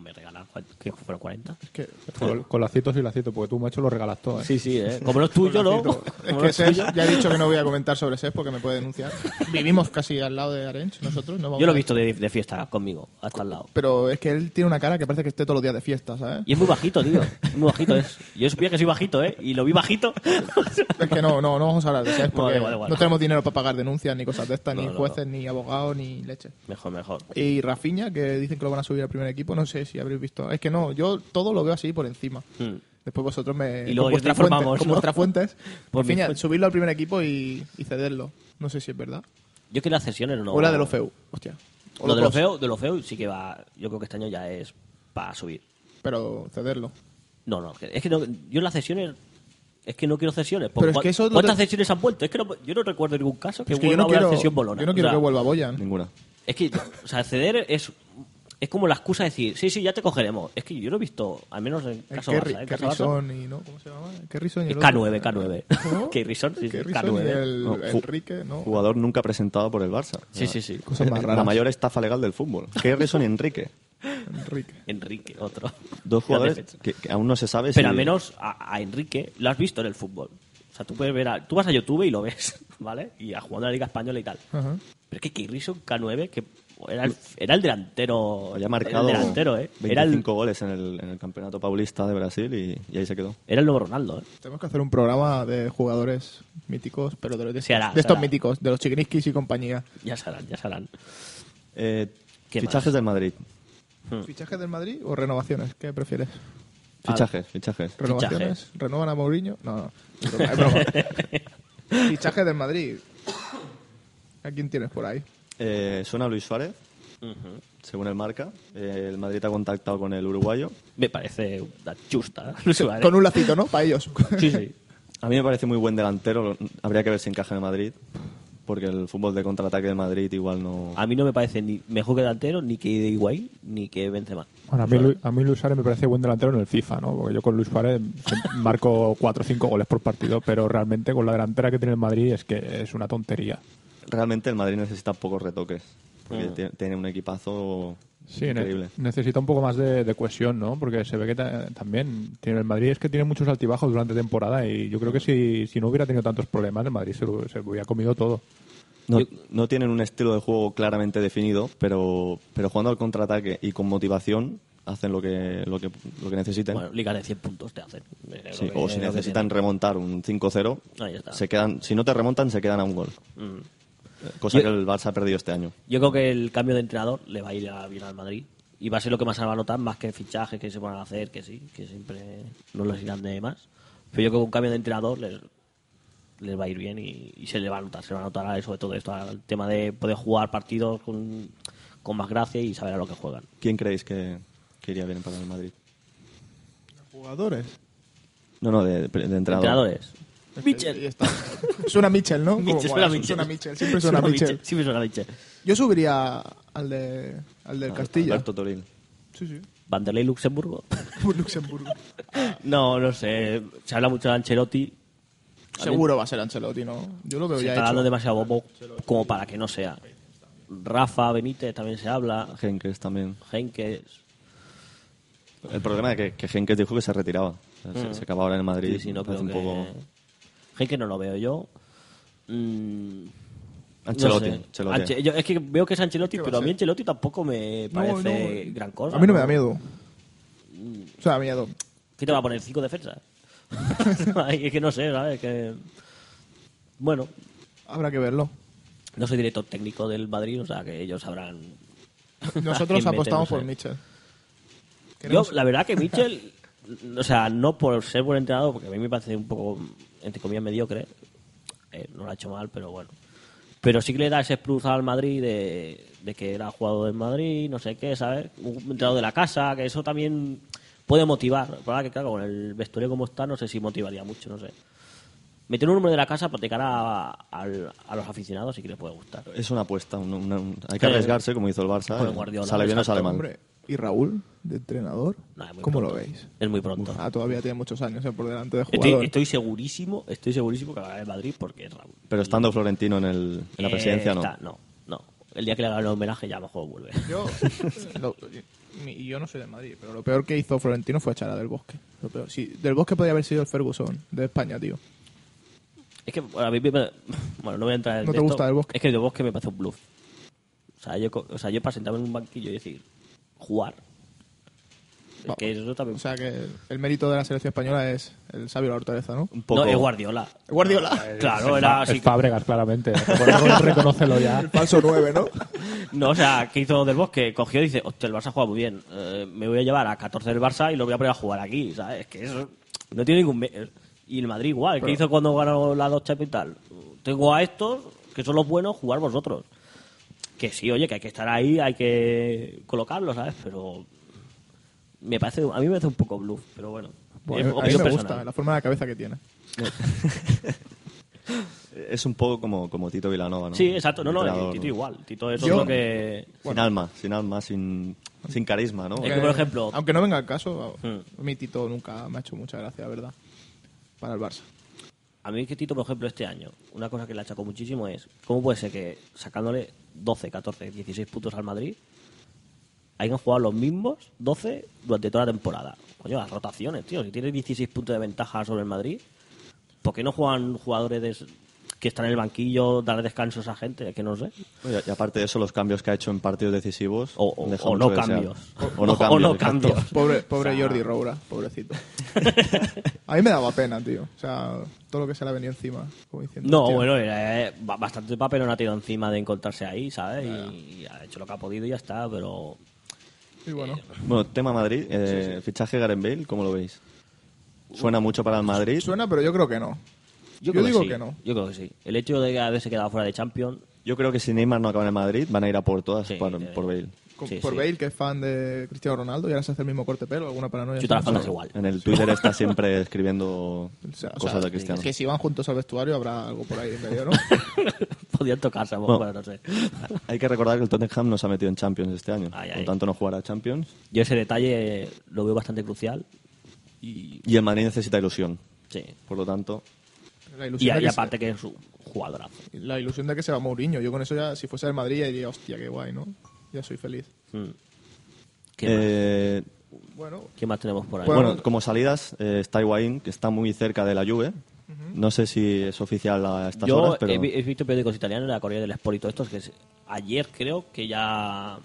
Speaker 3: me regalan, que fueron 40.
Speaker 1: Es que,
Speaker 5: Con, con lacitos y lacitos, porque tú, macho, lo regalas todo. ¿eh?
Speaker 3: Sí, sí, ¿eh? Como no es tuyo, ¿no?
Speaker 1: Lacito. Es
Speaker 3: Como
Speaker 1: que
Speaker 3: no es
Speaker 1: Sés-
Speaker 3: tuyo.
Speaker 1: ya he dicho que no voy a comentar sobre SES porque me puede denunciar. Vivimos casi al lado de Arench nosotros. No vamos
Speaker 3: Yo lo he
Speaker 1: a-
Speaker 3: visto de, de fiesta conmigo, hasta al lado.
Speaker 1: Pero es que él tiene una cara que parece que esté todos los días de fiesta, ¿sabes?
Speaker 3: Y es muy bajito, tío. Muy bajito es. Yo supía que soy bajito, ¿eh? Y lo vi bajito.
Speaker 1: Es que no, no, no vamos a hablar de SES porque
Speaker 3: Vale, vale, vale.
Speaker 1: no tenemos dinero para pagar denuncias ni cosas de estas,
Speaker 3: No,
Speaker 1: ni
Speaker 3: no, no.
Speaker 1: jueces, ni abogados, ni leche.
Speaker 3: mejor, mejor.
Speaker 1: Y Rafiña, que dicen que lo van a subir al primer equipo, no sé si habréis visto. Es que no, yo todo lo veo así por encima.
Speaker 3: Hmm.
Speaker 1: Después vosotros me.
Speaker 3: Y luego
Speaker 1: con
Speaker 3: yo
Speaker 1: vuestras
Speaker 3: te informamos,
Speaker 1: fuentes, con
Speaker 3: ¿no?
Speaker 1: vuestras fuentes.
Speaker 3: Por mi
Speaker 1: Rafinha,
Speaker 3: fuente.
Speaker 1: subirlo al primer equipo y, y cederlo. No sé si es verdad.
Speaker 3: Yo que las cesiones no.
Speaker 1: O la de lo feo. Hostia. O
Speaker 3: Lo de lo
Speaker 1: los dos,
Speaker 3: feo, de lo feo sí que va. Yo creo que este año ya es para subir.
Speaker 1: Pero cederlo.
Speaker 3: No, no, es que no, yo en las cesiones es que no quiero cesiones.
Speaker 1: Pero es
Speaker 3: ¿Cuán-
Speaker 1: que eso es lo
Speaker 3: ¿Cuántas
Speaker 1: de-
Speaker 3: cesiones han vuelto? Es que no, yo no recuerdo ningún caso que,
Speaker 1: es que yo
Speaker 3: vuelva
Speaker 1: no
Speaker 3: una
Speaker 1: quiero,
Speaker 3: cesión bolona.
Speaker 1: yo no quiero
Speaker 3: O sea,
Speaker 1: que vuelva Boyan.
Speaker 4: Ninguna.
Speaker 3: Es que, o sea, ceder es, es como la excusa de decir, sí, sí, ya te cogeremos. Es que yo no he visto, al menos en
Speaker 1: El
Speaker 3: caso Barça,
Speaker 1: Kerry-
Speaker 3: en caso Barça,
Speaker 1: Kerrison y. ¿no? ¿Cómo se llama? El Kerrison y
Speaker 3: es
Speaker 1: el
Speaker 3: K9,
Speaker 1: otro.
Speaker 3: K9.
Speaker 1: ¿No?
Speaker 3: Kerrison, sí, sí,
Speaker 1: Kerrison y
Speaker 3: K9.
Speaker 1: el
Speaker 4: No, ju-
Speaker 1: Enrique, ¿no?
Speaker 4: Jugador nunca presentado por el Barça.
Speaker 3: Sí, sí, sí.
Speaker 1: Cosas más
Speaker 4: La
Speaker 1: raras.
Speaker 4: mayor estafa legal del fútbol. Kerrison y Enrique.
Speaker 1: Enrique.
Speaker 3: Enrique, otro.
Speaker 4: Dos jugadores
Speaker 3: Defensa.
Speaker 4: que, que aún no se sabe si...
Speaker 3: Pero al menos a, a Enrique lo has visto en el fútbol. O sea, tú puedes ver a, tú vas a YouTube y lo ves, ¿vale? Y a jugando a la Liga Española y tal.
Speaker 1: Ajá.
Speaker 3: Pero es que Kirrison K9, que era el, era el delantero.
Speaker 4: Había marcado
Speaker 3: Era el delantero, ¿eh?
Speaker 4: 25
Speaker 3: Era el,
Speaker 4: goles en el, en el Campeonato Paulista de Brasil y, y ahí se quedó.
Speaker 3: era el nuevo Ronaldo, ¿eh?
Speaker 1: Tenemos que hacer un programa de jugadores míticos, pero de, los de,
Speaker 3: Se hará,
Speaker 1: de
Speaker 3: se
Speaker 1: estos
Speaker 3: hará.
Speaker 1: míticos, de los chiquiniskis y compañía.
Speaker 3: Ya serán, ya serán.
Speaker 4: Eh,
Speaker 3: ¿Qué
Speaker 4: fichajes
Speaker 3: más?
Speaker 4: del Madrid.
Speaker 3: Hmm.
Speaker 1: ¿Fichajes del Madrid o renovaciones? ¿Qué prefieres?
Speaker 3: Ah.
Speaker 4: Fichajes, fichajes.
Speaker 1: ¿Renovaciones? ¿Renovan a Mourinho? No, no. Es broma, es broma. Fichajes del Madrid. ¿A quién tienes por ahí?
Speaker 4: Eh, suena Luis Suárez, según el marca. Eh, el Madrid ha contactado con el uruguayo.
Speaker 3: Me parece una chusta. ¿eh?
Speaker 1: Con un lacito, ¿no? Para ellos.
Speaker 3: Sí, sí.
Speaker 4: A mí me parece muy buen delantero. Habría que ver si encaja en el Madrid. Porque el fútbol de contraataque del Madrid igual no...
Speaker 3: A mí no me parece ni mejor que delantero, ni que Higuaín, ni que Benzema.
Speaker 5: Bueno, a mí, Lu- a mí Luis Suárez me parece buen delantero en el FIFA, ¿no? Porque yo con Luis Suárez se- marco 4 o 5 goles por partido, pero realmente con la delantera que tiene el Madrid es que es una tontería.
Speaker 4: Realmente el Madrid necesita pocos retoques. Porque tie- tiene un equipazo
Speaker 5: Sí, ne-
Speaker 4: increíble.
Speaker 5: necesita un poco más de, de cohesión, ¿no? Porque se ve que ta- también tiene el Madrid es que tiene muchos altibajos durante temporada y yo creo que si, si no hubiera tenido tantos problemas, el Madrid se lo, se lo hubiera comido todo.
Speaker 4: No, no tienen un estilo de juego claramente definido, pero, pero jugando al contraataque y con motivación hacen lo que, lo que, lo que necesiten.
Speaker 3: Bueno, Liga de 100 puntos te hacen. Es
Speaker 4: Sí,
Speaker 3: lo que-
Speaker 4: o
Speaker 3: es
Speaker 4: si
Speaker 3: lo que
Speaker 4: necesitan
Speaker 3: tiene.
Speaker 4: remontar un 5-0,
Speaker 3: Ahí está.
Speaker 4: se quedan, si no te remontan, se quedan a un gol.
Speaker 3: Mm.
Speaker 4: Cosa
Speaker 3: Yo-
Speaker 4: que el Barça ha perdido este año.
Speaker 3: Yo creo que el cambio de entrenador le va a ir a, bien al Madrid. Y va a ser lo que más se va a notar, más que fichajes que se van a hacer, que sí, que siempre no los irán de más. Pero yo creo que un cambio de entrenador les, les va a ir bien y, y se le va a notar, se le va a notar a- sobre todo esto, al tema de poder jugar partidos con, con más gracia y saber a lo que juegan.
Speaker 4: ¿Quién creéis que, que iría bien para el Madrid?
Speaker 1: Jugadores.
Speaker 4: No, no, de, de entrenador.
Speaker 3: Entrenadores.
Speaker 1: Ahí
Speaker 3: Mitchell.
Speaker 1: Este, está. Suena Mitchell, ¿no? Como,
Speaker 3: Mitchell,
Speaker 1: bueno,
Speaker 3: suena
Speaker 1: su-
Speaker 3: Mitchell.
Speaker 1: suena Mitchell. Siempre suena, Mitchell.
Speaker 3: Siempre suena Mitchell.
Speaker 1: Yo subiría al, de, al del
Speaker 4: Al-
Speaker 1: Castilla.
Speaker 4: Alberto Toril.
Speaker 1: Sí, sí.
Speaker 3: Vanderlei Luxemburgo.
Speaker 1: Por Luxemburgo.
Speaker 3: no, no sé. Se habla mucho de Ancelotti.
Speaker 1: Seguro va a ser Ancelotti, ¿no? Yo lo veo
Speaker 3: Se
Speaker 1: ya
Speaker 3: está dando
Speaker 1: hecho.
Speaker 3: demasiado bombo como para que no sea. Rafa Benítez también se habla.
Speaker 4: Henkes también.
Speaker 3: Henkes.
Speaker 4: El problema es que, que Henkes dijo que se retiraba. O sea, se, se acaba ahora en el Madrid.
Speaker 3: Mm. Sí, sí, no creo
Speaker 4: parece un
Speaker 3: que...
Speaker 4: poco...
Speaker 3: Henkes no lo veo yo. Mm, no
Speaker 4: Ancelotti,
Speaker 3: sé.
Speaker 4: Ancelotti.
Speaker 3: Anche- yo- es que veo que es Ancelotti,
Speaker 1: va
Speaker 3: pero a
Speaker 1: a
Speaker 3: mí
Speaker 1: ser?
Speaker 3: Ancelotti tampoco me
Speaker 1: No, no. eh,
Speaker 3: parece gran cosa. Mm.
Speaker 1: A mí no me da miedo. O sea, miedo.
Speaker 3: ¿Qué te va a poner? ¿Cinco defensas? Ay, es que no sé, ¿sabes? Que... Bueno,
Speaker 1: Habrá que verlo.
Speaker 3: no soy director técnico del Madrid, o sea que ellos sabrán.
Speaker 1: Nosotros
Speaker 3: ¿Quién
Speaker 1: apostamos
Speaker 3: mete? No
Speaker 1: por
Speaker 3: sé.
Speaker 1: Mitchell.
Speaker 3: Yo,
Speaker 1: Queremos-
Speaker 3: la verdad que Mitchell, o sea, no por ser buen entrenador, porque a mí me parece un poco, entre comillas, mediocre, eh, no lo ha hecho mal, pero bueno. Pero sí que le da ese plus al Madrid de, de que era jugador del Madrid, no sé qué, ¿sabes? Un entrenador de la casa, que eso también puede motivar. La verdad que, claro, con el vestuario como está, no sé si motivaría mucho, no sé. Meter un número de la casa para de cara a, al- a los aficionados sí que les puede gustar.
Speaker 4: Es una apuesta. una- una- un- hay que
Speaker 3: Sí.
Speaker 4: arriesgarse, como hizo el Barça.
Speaker 3: Eh,
Speaker 4: eh.
Speaker 3: Bueno, Guardiola,
Speaker 4: sale bien o
Speaker 3: exacto,
Speaker 4: sale mal.
Speaker 1: Hombre, ¿y Raúl, de entrenador?
Speaker 3: No, es muy
Speaker 1: ¿Cómo
Speaker 3: pronto.
Speaker 1: lo veis?
Speaker 3: Es muy pronto.
Speaker 1: Ah, todavía tiene muchos años eh, por delante de jugador.
Speaker 3: Estoy, estoy segurísimo, estoy segurísimo que va a ganar el Madrid porque es Raúl.
Speaker 4: Pero estando Florentino en, el, en la
Speaker 3: Eh,
Speaker 4: presidencia, no.
Speaker 3: está- no, no. el día que le hagan el homenaje ya a lo mejor vuelve.
Speaker 1: Yo, lo- mi- yo no soy de Madrid, pero lo peor que hizo Florentino fue echar a Del Bosque. Lo peor. Sí, del Bosque podría haber sido el Ferguson de España, tío.
Speaker 3: Es que bueno, a mí me- bueno, no voy a entrar en
Speaker 1: ¿No te
Speaker 3: esto.
Speaker 1: gusta Del Bosque?
Speaker 3: Es que Del Bosque me parece un bluff. O sea, yo, co- o sea, yo para sentarme en un banquillo y decir, jugar. Es
Speaker 1: Vamos.
Speaker 3: que eso también...
Speaker 1: O sea que el mérito de la selección española es el sabio de la hortaleza, ¿no?
Speaker 4: Un poco.
Speaker 3: no, es Guardiola.
Speaker 1: Guardiola.
Speaker 3: Claro, era
Speaker 5: Es
Speaker 3: así.
Speaker 5: Fábregas, claramente. Por algo reconócelo ya.
Speaker 1: Falso 9, ¿no?
Speaker 3: No, o sea, que hizo Del Bosque? Cogió y dice, hostia, el Barça juega muy bien. Eh, me voy a llevar a 14 del Barça y lo voy a poner a jugar aquí, ¿sabes? Que eso no tiene ningún... me- Y el Madrid igual. ¿Qué hizo cuando ganó la dos Champions y tal? Tengo a estos, que son los buenos, jugar vosotros. Que sí, oye, que hay que estar ahí, hay que colocarlo, ¿sabes? Pero me parece... A mí me parece un poco bluff, pero bueno.
Speaker 1: Bueno, Pues a
Speaker 3: Es
Speaker 1: mí
Speaker 3: opinión
Speaker 1: me
Speaker 3: personal.
Speaker 1: gusta la forma de la cabeza que tiene.
Speaker 4: Es un poco como, como Tito Vilanova, ¿no?
Speaker 3: Sí, exacto. No, no,
Speaker 4: Entrenador,
Speaker 3: Tito igual. Tito es
Speaker 1: Yo-
Speaker 3: otro que...
Speaker 4: Sin alma, sin alma, sin, sin carisma, ¿no?
Speaker 3: Es que, por ejemplo-
Speaker 1: Aunque no venga al caso, a-
Speaker 3: Hmm.
Speaker 1: a mi Tito nunca me ha hecho mucha gracia, la verdad. Para el Barça.
Speaker 3: A mí que Tito, por ejemplo, este año, una cosa que le achacó muchísimo es, ¿cómo puede ser que sacándole 12, 14, 16 puntos al Madrid, hayan jugado los mismos 12 durante toda la temporada? Coño, las rotaciones, tío. Si tienes 16 puntos de ventaja sobre el Madrid, ¿por qué no juegan jugadores de s- que están en el banquillo, dar descanso a esa gente? Es que no sé.
Speaker 4: Y- Y aparte de eso, los cambios que ha hecho en partidos decisivos.
Speaker 3: O, o-
Speaker 4: dejan
Speaker 3: o
Speaker 4: mucho
Speaker 3: no
Speaker 4: que desear.
Speaker 3: cambios.
Speaker 4: O no cambios.
Speaker 3: no
Speaker 4: exacto.
Speaker 3: cambios.
Speaker 1: Pobre, pobre Jordi Roura, pobrecito. A mí me daba pena, tío. O sea, todo lo que se le ha venido encima. Como diciendo,
Speaker 3: No,
Speaker 1: hostia.
Speaker 3: bueno, era, eh, ba- bastante papel no ha tirado encima de encontrarse ahí, ¿sabes? Y- y ha hecho lo que ha podido y ya está, pero
Speaker 1: Y bueno,
Speaker 4: Bueno, tema Madrid. eh, Fichaje Gareth Bale, ¿cómo lo veis? Suena mucho para el Madrid.
Speaker 1: suena, pero yo creo que no. Yo,
Speaker 3: creo
Speaker 1: digo
Speaker 3: sí.
Speaker 1: que no.
Speaker 3: Yo creo que sí. El hecho de haberse quedado fuera de Champions.
Speaker 4: Yo creo que si Neymar no acaba en el Madrid, van a ir a por todas,
Speaker 3: Sí,
Speaker 4: por,
Speaker 3: sí.
Speaker 4: por Bale.
Speaker 1: Con-
Speaker 3: Sí,
Speaker 1: por
Speaker 3: sí.
Speaker 1: Bale, que es fan de Cristiano Ronaldo, y ahora se hace el mismo corte de pelo, alguna paranoia.
Speaker 3: Chuta las
Speaker 1: así.
Speaker 3: faldas igual.
Speaker 4: En el Twitter está siempre escribiendo
Speaker 1: O sea, o
Speaker 4: cosas
Speaker 1: sea,
Speaker 4: de Cristiano.
Speaker 1: Es que si van juntos al vestuario habrá algo por ahí en medio, ¿no?
Speaker 3: Podían tocarse, a lo mejor,
Speaker 4: Bueno.
Speaker 3: no sé.
Speaker 4: Hay que recordar que el Tottenham no se ha metido en Champions este año.
Speaker 3: Ay,
Speaker 4: por
Speaker 3: ay.
Speaker 4: tanto, no jugará Champions.
Speaker 3: Yo ese detalle lo veo bastante crucial. Y,
Speaker 4: Y el Madrid necesita ilusión.
Speaker 3: sí.
Speaker 4: Por lo tanto,
Speaker 1: La
Speaker 3: y,
Speaker 1: ilusión,
Speaker 3: y
Speaker 1: de que
Speaker 3: aparte que es un jugadorazo.
Speaker 1: se, la ilusión de que se va Mourinho. Yo con eso ya, si fuese del Madrid, ya diría, hostia, qué guay, ¿no? Ya soy feliz.
Speaker 3: Mm. ¿Qué, más?
Speaker 4: eh,
Speaker 1: Bueno,
Speaker 3: ¿Qué más tenemos por ahí?
Speaker 1: Bueno,
Speaker 4: bueno, como salidas, eh, está Higuaín, que está muy cerca de la Juve. No sé si es oficial a estas
Speaker 3: yo
Speaker 4: horas,
Speaker 3: he,
Speaker 4: pero
Speaker 3: vi- he visto periódicos italianos, la Corea del Sport y todo esto, que es- ayer creo que ya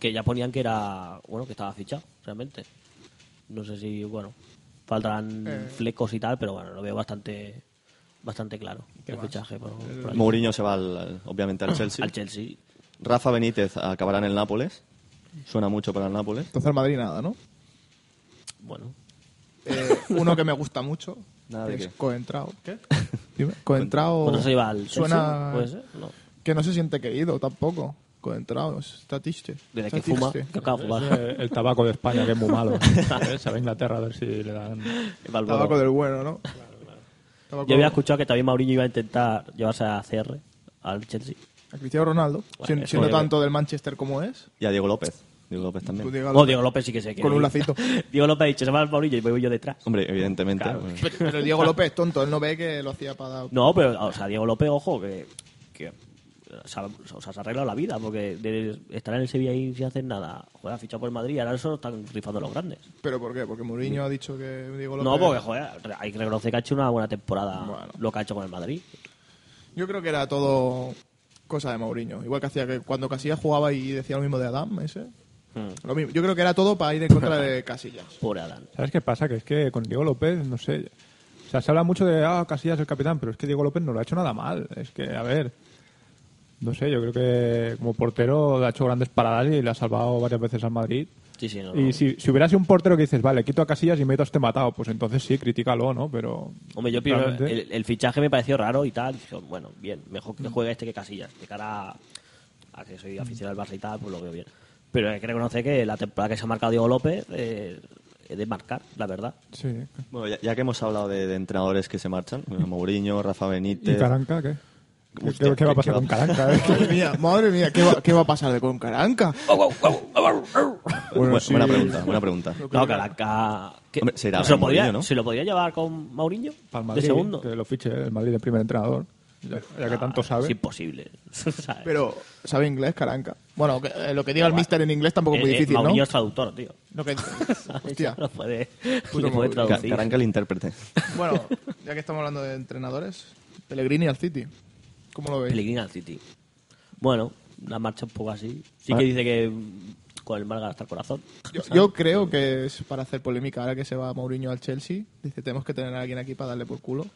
Speaker 3: que ya ponían que era bueno que estaba fichado realmente. No sé si bueno faltarán flecos y tal, pero bueno lo veo bastante bastante claro
Speaker 1: qué
Speaker 3: el
Speaker 1: más?
Speaker 3: fichaje por- por ahí.
Speaker 4: Mourinho se va al- al- obviamente al Chelsea.
Speaker 3: al Chelsea.
Speaker 4: Rafa Benítez acabará en el Nápoles. Suena mucho para el Nápoles.
Speaker 1: entonces el Madrid nada, ¿no?
Speaker 3: Bueno,
Speaker 1: Eh, uno que me gusta mucho.
Speaker 4: Nada de
Speaker 1: que es
Speaker 4: qué.
Speaker 1: Coentrao. ¿Qué? Coentrao.
Speaker 3: otro Pues se lleva al Chelsea,
Speaker 1: Suena.
Speaker 3: puede ser, ¿no?
Speaker 1: Que no se siente querido tampoco. Coentrao, está triste.
Speaker 3: Desde
Speaker 1: Está
Speaker 3: que fuma,
Speaker 1: triste.
Speaker 3: que acaba de fumar.
Speaker 5: Eh, El tabaco de España, que es muy malo. ¿eh? Se va a Inglaterra a ver si le dan...
Speaker 3: Balboa.
Speaker 1: Tabaco del bueno, ¿no? Tabaco-
Speaker 3: Yo había escuchado que también Mourinho iba a intentar llevarse a CR al Chelsea.
Speaker 1: A Cristiano Ronaldo,
Speaker 3: Bueno,
Speaker 1: sien-
Speaker 3: eso
Speaker 1: siendo
Speaker 3: ya ve.
Speaker 1: tanto del Manchester como es.
Speaker 4: Y a Diego López. Diego López
Speaker 1: tú
Speaker 4: también.
Speaker 1: digas-
Speaker 3: No, Diego López sí que sé que
Speaker 1: Con un lacito.
Speaker 3: Diego López ha dicho, se va al Mourinho y me voy yo detrás.
Speaker 4: Hombre, evidentemente. bueno.
Speaker 1: Pero, pero Diego López es tonto, él no ve que lo hacía para dar.
Speaker 3: No, pero, o sea, Diego López, ojo, que, que se, ha, o sea, se ha arreglado la vida, porque de estar en el Sevilla y sin hacer nada, joder, ha fichado por el Madrid y ahora eso lo están rifando los grandes.
Speaker 1: ¿Pero por qué? Porque Mourinho ha dicho que Diego López.
Speaker 3: No, porque, joder, hay que reconocer que ha hecho una buena temporada
Speaker 1: Bueno.
Speaker 3: lo que ha hecho con el Madrid.
Speaker 1: Yo creo que era todo cosa de Mourinho. Igual que hacía que cuando Casillas jugaba y decía lo mismo de Adam, ese.
Speaker 3: Hmm.
Speaker 1: Lo mismo. Yo creo que era todo para ir en contra de Casillas.
Speaker 3: Pobre Adán.
Speaker 5: ¿Sabes qué pasa? Que es que con Diego López, no sé... O sea, se habla mucho de, ah, Casillas es el capitán, pero es que Diego López no lo ha hecho nada mal. Es que, a ver... No sé, yo creo que como portero ha hecho grandes paradas y le ha salvado varias veces al Madrid.
Speaker 3: Sí, sí, no, no.
Speaker 5: Y si, si hubiera sido un portero que dices, vale, quito a Casillas y meto a este matado, pues entonces sí, critícalo, ¿no? Pero...
Speaker 3: Hombre, yo primero,
Speaker 5: realmente-
Speaker 3: el, el fichaje me pareció raro y tal. Dije, bueno, bien, mejor que juegue este que Casillas. De cara a, a que soy aficionado al Barça y tal, pues lo veo bien. Pero hay que reconocer que la temporada que se ha marcado Diego López eh, es de marcar, la verdad.
Speaker 5: Sí.
Speaker 4: Bueno, ya, ya que hemos hablado de, de entrenadores que se marchan, bueno, Mourinho, Rafa
Speaker 5: ¿Y
Speaker 4: Benítez.
Speaker 5: Caranca qué? ¿Qué,
Speaker 4: Hostia,
Speaker 5: qué va a
Speaker 4: ¿qué- qué
Speaker 5: pasar
Speaker 4: va
Speaker 5: con
Speaker 4: a-
Speaker 5: Caranca? eh?
Speaker 1: Madre mía, madre mía, ¿qué va, qué va a pasar de con Caranca?
Speaker 3: Oh.
Speaker 4: Bu-
Speaker 1: Bueno, sí.
Speaker 4: Buena pregunta, buena pregunta.
Speaker 3: No, Caranca. que-
Speaker 4: Hombre, se irá
Speaker 3: ¿se lo
Speaker 4: con Mourinho,
Speaker 3: podría,
Speaker 4: ¿no?
Speaker 3: ¿Se lo podría llevar con Maurinho?
Speaker 5: Para ¿eh? el
Speaker 3: de
Speaker 5: Madrid,
Speaker 3: segundo. Ah,
Speaker 5: que lo fiche el Madrid de primer entrenador. ya, ya que tanto
Speaker 3: Es
Speaker 5: sabe.
Speaker 3: imposible. ¿sabes?
Speaker 1: Pero sabe inglés, caranca. Bueno, que, eh, lo que diga el
Speaker 3: Igual.
Speaker 1: mister en inglés tampoco es muy
Speaker 3: Eh, eh,
Speaker 1: difícil,
Speaker 3: Mourinho
Speaker 1: ¿no?
Speaker 3: es traductor, tío.
Speaker 1: Lo que- Hostia.
Speaker 3: Eso lo puede,
Speaker 1: Puto
Speaker 3: lo puede
Speaker 1: Mourinho.
Speaker 4: Ca-
Speaker 3: traducir.
Speaker 4: Caranca el intérprete.
Speaker 1: Bueno, ya que estamos hablando de entrenadores, Pellegrini al City. ¿Cómo lo veis?
Speaker 3: Pellegrini al City. Bueno, la marcha un poco así. Sí
Speaker 4: Ah.
Speaker 3: que dice que mm, con el mal gana hasta el corazón.
Speaker 1: Yo,
Speaker 3: ¿sabes?
Speaker 1: yo creo que es para hacer polémica. Ahora que se va Mourinho al Chelsea, dice, tenemos que tener a alguien aquí para darle por culo.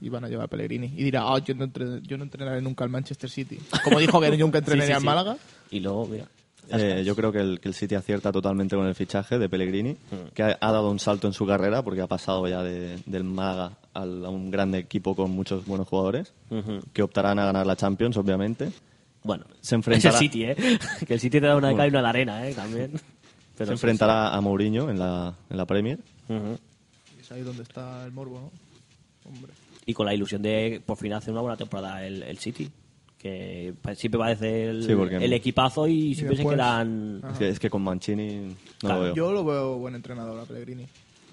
Speaker 1: Y van a llevar a Pellegrini. Y dirá, "Ah, yo, no entre- yo no entrenaré nunca al Manchester City. Como dijo que nunca
Speaker 3: Sí, sí,
Speaker 1: entrenaría al
Speaker 3: sí.
Speaker 1: Málaga.
Speaker 3: Y luego, mira.
Speaker 4: Eh, yo creo que el, que el City acierta totalmente con el fichaje de Pellegrini,
Speaker 3: Mm.
Speaker 4: que ha, ha dado un salto en su carrera porque ha pasado ya de- del Málaga al- a un grande equipo con muchos buenos jugadores
Speaker 3: Ujú.
Speaker 4: que optarán a ganar la Champions, obviamente.
Speaker 3: Bueno,
Speaker 4: Se enfrentará-
Speaker 3: es el City, ¿eh? que el City te da una de cal y una de arena, ¿eh? También. Pero
Speaker 4: Se
Speaker 3: sí,
Speaker 4: enfrentará a Mourinho en la, en la Premier.
Speaker 3: sí. Ujú.
Speaker 1: Y es ahí donde está el morbo, ¿no? Hombre.
Speaker 3: Y con la ilusión de por fin hacer una buena temporada el, el City. Que pa- siempre parece el,
Speaker 4: Sí, porque-
Speaker 3: el equipazo y siempre
Speaker 1: después-
Speaker 3: se quedan.
Speaker 4: Es que, es que con Mancini no
Speaker 3: Ah. Claro,
Speaker 4: lo veo.
Speaker 1: Yo lo veo buen entrenador a Pellegrini.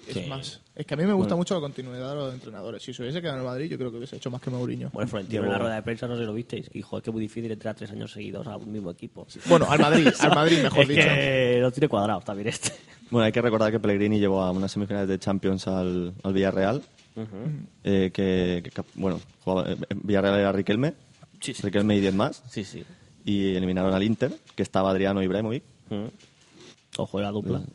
Speaker 1: Es
Speaker 3: Sí.
Speaker 1: más, es que a mí me gusta mucho la continuidad de los entrenadores. Si se hubiese quedado en el Madrid, yo creo que hubiese hecho más que Mourinho.
Speaker 3: Bueno, Florentino en la
Speaker 4: Llevo-
Speaker 3: rueda de prensa no se lo visteis. que, Hijo, es que es muy difícil entrar tres años seguidos a un mismo equipo.
Speaker 1: Bueno, al Madrid, al Madrid, mejor
Speaker 3: es
Speaker 1: dicho.
Speaker 3: que lo tiene cuadrado también este.
Speaker 4: Bueno, hay que recordar que Pellegrini llevó a unas semifinales de Champions al, al Villarreal.
Speaker 3: Mm.
Speaker 4: eh, que, que cap- bueno, jugaba- eh, Villarreal era Riquelme,
Speaker 3: Sí, sí.
Speaker 4: Riquelme y 10 más.
Speaker 3: Sí, sí.
Speaker 4: Y eliminaron al Inter, que estaba Adriano Ibrahimovic.
Speaker 3: Ujú. Mm. Ojo de la dupla.
Speaker 4: Mm.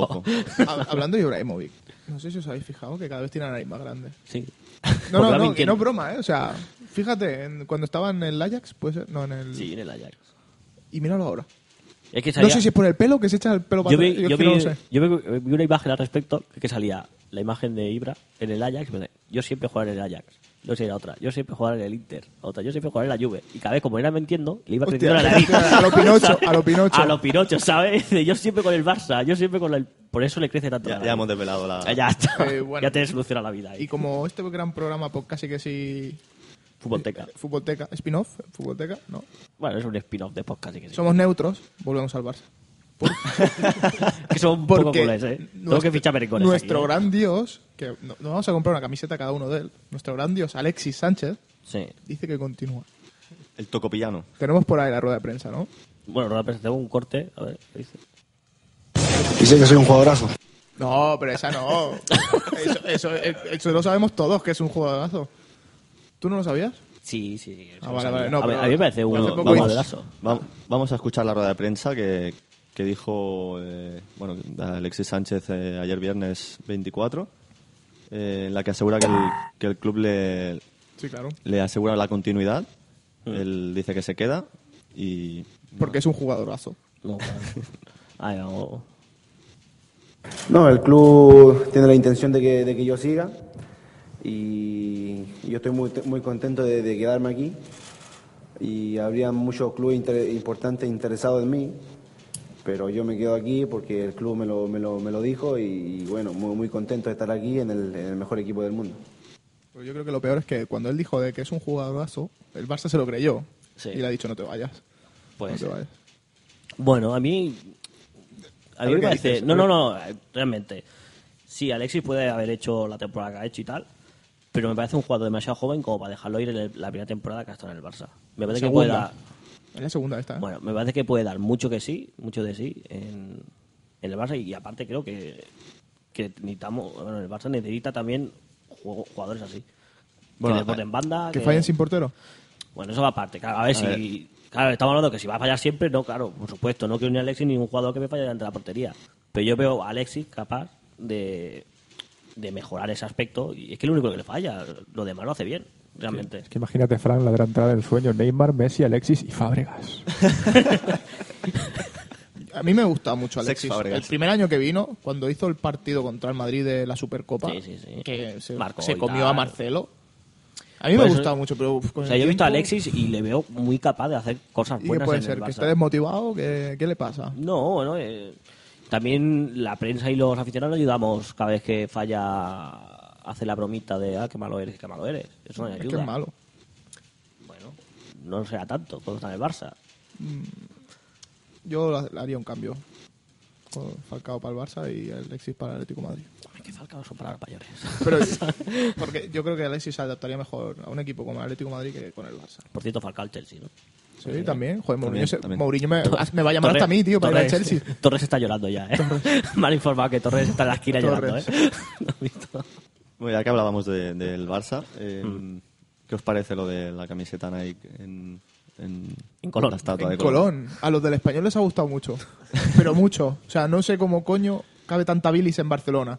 Speaker 4: ojo.
Speaker 1: Hab- Hablando de Ibrahimovic, no sé si os habéis fijado que cada vez tiene la nariz más grande.
Speaker 3: Sí.
Speaker 1: No,
Speaker 3: Porque
Speaker 1: no,
Speaker 3: va
Speaker 1: no, que
Speaker 3: mintiendo.
Speaker 1: no es broma, ¿eh? O sea, fíjate, en- cuando estaba en el Ajax, pues, no, en el...
Speaker 3: Sí, en el Ajax.
Speaker 1: Y míralo ahora.
Speaker 3: Es que
Speaker 1: No
Speaker 3: salía-
Speaker 1: sé si es por el pelo, que se echa el pelo para
Speaker 3: yo vi,
Speaker 1: atrás, es
Speaker 3: yo
Speaker 1: que
Speaker 3: vi-
Speaker 1: no lo sé.
Speaker 3: yo vi- vi una imagen al respecto que salía la imagen de Ibra en el Ajax. pero Yo siempre jugaré en el Ajax. No sé, era otra. Yo siempre jugaré en el Inter. Otra. Yo siempre jugaré en la Juve. Y cada vez, como era mintiendo, le iba
Speaker 1: Hostia,
Speaker 3: creciendo la nariz.
Speaker 1: a lo Pinocho,
Speaker 3: ¿Sabes?
Speaker 1: a lo Pinocho.
Speaker 3: A lo Pinocho, ¿sabes? Dice, Yo siempre con el Barça. Yo siempre con el... Por eso le crece tanto
Speaker 4: Ya,
Speaker 3: la
Speaker 4: ya
Speaker 3: nariz.
Speaker 4: hemos desvelado la...
Speaker 3: Ah, Ya está.
Speaker 1: Eh, bueno.
Speaker 3: Ya te soluciona la vida.
Speaker 1: Y
Speaker 3: ahí.
Speaker 1: como este gran programa, pues casi que sí...
Speaker 3: Futbolteca.
Speaker 1: Futbolteca, spin-off, futbolteca, no.
Speaker 3: Bueno, es un spin-off de podcast. sí que sí.
Speaker 1: Somos neutros, volvemos al Barça.
Speaker 3: Que son un poco culés, ¿eh? Tengo que fichar pericones
Speaker 1: nuestro
Speaker 3: aquí, ¿eh?
Speaker 1: gran dios, que no- nos vamos a comprar una camiseta cada uno de él, nuestro gran dios Alexis Sánchez,
Speaker 3: Sí.
Speaker 1: dice que continúa.
Speaker 4: El tocopillano.
Speaker 1: Tenemos por ahí la rueda de prensa, ¿no?
Speaker 3: Bueno, Roda Pérez, tengo un corte. A ver, ¿qué dice?
Speaker 6: Dice que soy un jugadorazo.
Speaker 1: No, pero esa no. eso, eso, eso lo sabemos todos, que es un jugadorazo. ¿Tú no lo sabías?
Speaker 3: Sí, sí. sí, eso
Speaker 1: Ah,
Speaker 3: lo
Speaker 1: vale,
Speaker 3: sabía.
Speaker 1: vale, no,
Speaker 3: a, ver,
Speaker 1: pero-
Speaker 3: a mí me parece un
Speaker 1: Hace
Speaker 3: un
Speaker 1: poco
Speaker 3: jugadorazo.
Speaker 4: Va- vamos a escuchar la rueda de prensa que, que dijo eh, bueno, Alexis Sánchez eh, ayer viernes 24, eh, en la que asegura que el, que el club le,
Speaker 1: Sí, claro.
Speaker 4: le asegura la continuidad.
Speaker 3: Mm.
Speaker 4: Él dice que se queda y
Speaker 1: Porque es un jugadorazo.
Speaker 3: No, claro. Ay, no.
Speaker 7: No, el club tiene la intención de que, de que yo siga y yo estoy muy, muy contento de, de quedarme aquí y habría muchos clubes inter- importantes interesados en mí, pero yo me quedo aquí porque el club me lo, me lo, me lo dijo y, bueno, muy, muy contento de estar aquí en el- en el mejor equipo del mundo.
Speaker 1: Pero yo creo que lo peor es que cuando él dijo de que es un jugadorazo, el Barça se lo creyó.
Speaker 3: Sí.
Speaker 1: Y le ha dicho, no te vayas.
Speaker 3: Puede
Speaker 1: no te
Speaker 3: ser.
Speaker 1: vayas.
Speaker 3: pues. Bueno, a mí. A
Speaker 1: A
Speaker 3: mí
Speaker 1: ver
Speaker 3: me
Speaker 1: qué
Speaker 3: parece.
Speaker 1: dices,
Speaker 3: No,
Speaker 1: a
Speaker 3: no,
Speaker 1: ver.
Speaker 3: no, eh, realmente. Sí, Alexis puede haber hecho la temporada que ha hecho y tal. Pero me parece un jugador demasiado joven como para dejarlo ir en el- la primera temporada que ha estado en el Barça. Me parece que puede
Speaker 1: Segunda.
Speaker 3: dar.
Speaker 1: Es la segunda esta, ¿eh?
Speaker 3: Bueno, me parece que puede dar mucho que sí, mucho de sí en, en el Barça. Y aparte creo que, que necesitamos. Bueno, el Barça necesita también juego- jugadores así.
Speaker 4: Bueno,
Speaker 3: que les boten banda.
Speaker 1: eh, que fallen sin portero.
Speaker 3: Bueno, eso va aparte. Claro, a ver si. Claro, estamos hablando que si va a fallar siempre, no, claro, por supuesto. No quiero ni a Alexis ni un jugador que me falle delante de la portería. Pero yo veo a Alexis capaz de, de mejorar ese aspecto. Y es que es lo único que le falla. Lo demás lo hace bien, realmente.
Speaker 5: Es que imagínate, Fran, la adelantada del sueño. Neymar, Messi, Alexis y Fábregas.
Speaker 1: A mí me gusta mucho Alexis.
Speaker 4: Sex Fabregas.
Speaker 1: El primer año que vino, cuando hizo el partido contra el Madrid de la Supercopa,
Speaker 3: Sí, sí, sí.
Speaker 1: que se,
Speaker 3: Marcó
Speaker 1: se
Speaker 3: y
Speaker 1: comió
Speaker 3: tal.
Speaker 1: a Marcelo. A mí
Speaker 3: Por
Speaker 1: me
Speaker 3: eso-
Speaker 1: gusta mucho, pero... uf, con
Speaker 3: O sea,
Speaker 1: el
Speaker 3: yo he visto a
Speaker 1: tiempo-
Speaker 3: Alexis y le veo muy capaz de hacer cosas
Speaker 1: ¿Y qué
Speaker 3: buenas.
Speaker 1: puede
Speaker 3: en el
Speaker 1: ser?
Speaker 3: Barça.
Speaker 1: ¿Que esté desmotivado? ¿Qué, qué le pasa?
Speaker 3: No, bueno, eh, también la prensa y los aficionados ayudamos cada vez que falla, hace la bromita de, ah, qué malo eres, qué malo eres. Eso no
Speaker 1: es
Speaker 3: ayuda.
Speaker 1: que es malo.
Speaker 3: Bueno, no será tanto cuando está en el Barça.
Speaker 1: Yo la- le haría un cambio. Con Falcao para el Barça y Alexis para el Atlético de Madrid.
Speaker 3: que Falcao son palabras mayores.
Speaker 1: Pero porque yo creo que Alexis se adaptaría mejor a un equipo como el Atlético de Madrid que con el Barça.
Speaker 3: Por cierto, Falcao el Chelsea, ¿no?
Speaker 1: Sí, también. Joder, Mourinho,
Speaker 4: También,
Speaker 1: se-
Speaker 4: también.
Speaker 1: Mourinho me, Eh, me va a llamar hasta a mí, tío, para ir al
Speaker 3: Torres-
Speaker 1: Chelsea.
Speaker 3: Torres está llorando ya, ¿eh? Me han informado que Torres está en la esquina llorando,
Speaker 1: Torres.
Speaker 3: ¿eh? ¿Lo has visto?
Speaker 4: Bueno, ya que hablábamos de- del Barça, eh,
Speaker 3: Mm.
Speaker 4: ¿qué os parece lo de la camiseta Nike en, en,
Speaker 3: En Colón.
Speaker 4: la estatua de
Speaker 1: En Colón. A los del español les ha gustado mucho. Pero mucho. O sea, no sé cómo coño cabe tanta bilis en Barcelona.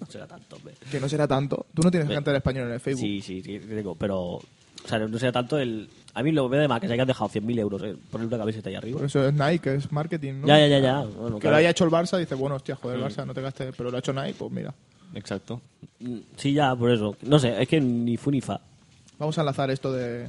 Speaker 3: No será tanto, hombre.
Speaker 1: Que no será tanto. Tú no tienes
Speaker 3: Ve-
Speaker 1: gente del español en el Facebook.
Speaker 3: Sí, sí, sí, digo, pero... O sea, no será tanto el... A mí lo veo de más que se hayan dejado 100.000 euros eh, poner una camiseta ahí arriba.
Speaker 1: Por eso es Nike, es marketing, ¿no? Ah,
Speaker 3: Ya, ya, ya, ya. Bueno,
Speaker 1: Que
Speaker 3: claro.
Speaker 1: lo haya hecho el Barça, dice, bueno, hostia, joder, el Barça, no te gastes. Pero lo ha hecho Nike, pues mira.
Speaker 4: Exacto.
Speaker 3: Mm, Sí, ya, por eso. No sé, es que ni fu ni fa.
Speaker 1: Vamos a enlazar esto de...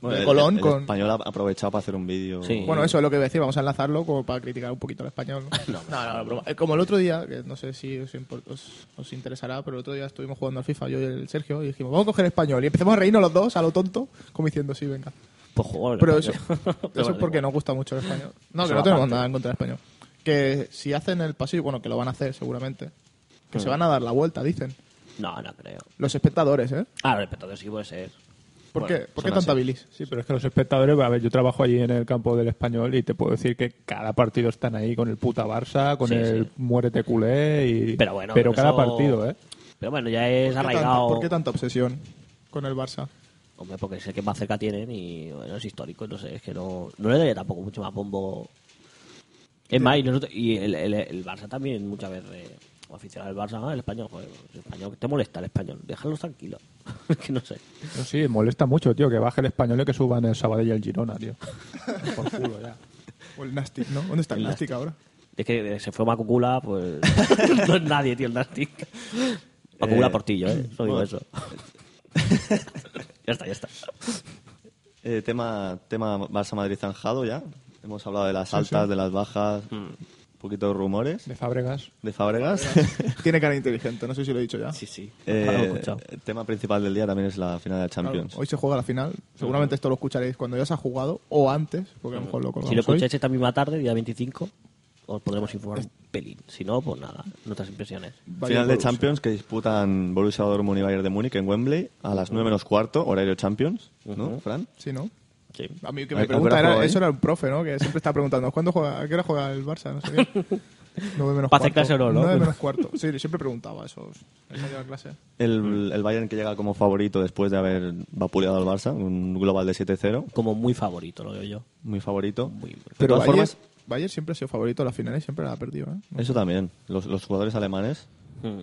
Speaker 4: Bueno,
Speaker 1: De
Speaker 4: el-
Speaker 1: Colón
Speaker 4: el,
Speaker 1: con-
Speaker 4: español ha aprovechado para hacer un vídeo.
Speaker 3: Sí.
Speaker 1: Bueno, eso es lo que voy a decir. Vamos a enlazarlo como para criticar un poquito al español. No, no, no, no, broma. Eh, Como el otro día, que no sé si os, impor- os- os interesará, pero el otro día estuvimos jugando al FIFA, yo y el Sergio, y dijimos, vamos a coger español. Y empezamos a reírnos los dos, a lo tonto, como diciendo, sí, venga.
Speaker 3: Pues jugar.
Speaker 1: Pero eso,
Speaker 3: Pero
Speaker 1: eso es
Speaker 3: bueno,
Speaker 1: porque
Speaker 3: digo,
Speaker 1: nos gusta mucho el español. No,
Speaker 3: Eso
Speaker 1: que no tenemos
Speaker 3: aparte.
Speaker 1: nada en contra del español. Que si hacen el pasillo, bueno, que lo van a hacer seguramente, que se van a dar la vuelta, dicen.
Speaker 3: No, no creo.
Speaker 1: Los espectadores, ¿eh?
Speaker 3: Ah, respetado, sí puede ser.
Speaker 1: ¿Por qué, ¿Por qué
Speaker 4: son
Speaker 1: tanta
Speaker 4: así.
Speaker 1: bilis?
Speaker 5: Sí, pero es que los espectadores, a ver, yo trabajo allí en el campo del español y te puedo decir que cada partido están ahí con el puta Barça, con
Speaker 3: Sí,
Speaker 5: el
Speaker 3: sí.
Speaker 5: muérete culé y...
Speaker 3: Pero bueno.
Speaker 5: cada
Speaker 3: eso-
Speaker 5: partido, ¿eh?
Speaker 3: Pero bueno, ya
Speaker 1: ¿Por
Speaker 3: es
Speaker 1: qué tanta-
Speaker 3: arraigado.
Speaker 1: ¿Por qué tanta obsesión con el Barça?
Speaker 3: Hombre, porque es el que más cerca tienen y bueno, es histórico, no sé, es que no, no le daría tampoco mucho más bombo. Es más, y, nosotros- y el, el- el Barça también muchas veces, eh, aficionado al Barça, ah, el español, joder, el español, que te molesta el español, déjalos tranquilos, Es que no sé.
Speaker 5: No, sí, molesta mucho, tío, que baje el español y que suban el Sabadell y el Girona, tío. Por culo, ya.
Speaker 1: O el Nastic, ¿no? ¿Dónde está el,
Speaker 3: El
Speaker 1: Nastic ahora?
Speaker 3: Es que eh, se fue Macucula, pues no es nadie, tío, el Nastic. Macucula
Speaker 4: Eh,
Speaker 3: Portillo, ¿eh? Solo digo eso. ya está, ya está.
Speaker 4: Eh, tema tema Barça-Madrid zanjado ya. Hemos hablado de las altas, de las bajas,
Speaker 3: Mm.
Speaker 4: un poquito de rumores
Speaker 5: De Fábregas.
Speaker 4: de Fabregas.
Speaker 1: Tiene cara inteligente, no sé si lo he dicho ya.
Speaker 3: Sí, sí.
Speaker 4: Eh,
Speaker 3: Lo he escuchado.
Speaker 1: pues
Speaker 4: el tema principal del día también es la final de la
Speaker 1: Claro,
Speaker 4: Champions.
Speaker 1: hoy se juega la final. Seguramente esto lo escucharéis cuando ya se ha jugado o antes, porque a lo mejor lo colgamos
Speaker 3: Si lo
Speaker 1: hoy.
Speaker 3: escucháis esta misma tarde, día 25, os podremos informar un pelín. Si no, pues nada, nuestras impresiones.
Speaker 1: Bayern
Speaker 4: Final de
Speaker 1: Borussia.
Speaker 4: Champions que disputan Borussia Dortmund y Bayern de Múnich en Wembley a las 9 menos cuarto, horario Champions, ¿no, Fran?
Speaker 1: Sí, ¿no?
Speaker 3: Sí.
Speaker 1: A mí que
Speaker 4: ¿A-
Speaker 1: me
Speaker 4: a qué hora
Speaker 1: pregunta, era-
Speaker 4: juega hoy?
Speaker 1: eso era un profe, ¿no? Que siempre está preguntando, ¿cuándo juega, ¿a qué hora juega el Barça? No sé qué. 9 menos
Speaker 3: Para hacer
Speaker 1: cuarto.
Speaker 3: clase o no, ¿no?
Speaker 1: 9 menos cuarto. Sí, siempre preguntaba eso. Esa era la clase.
Speaker 3: Mm.
Speaker 4: El, el Bayern que llega como favorito después de haber vapuleado al Barça, un global de 7-0,
Speaker 3: Como muy favorito, lo veo yo.
Speaker 4: muy favorito.
Speaker 3: Muy, muy.
Speaker 4: de todas
Speaker 1: Bayern,
Speaker 4: formas,
Speaker 1: Bayern siempre ha sido favorito a la final y siempre la ha perdido, ¿eh?
Speaker 4: eso también, los, los jugadores alemanes,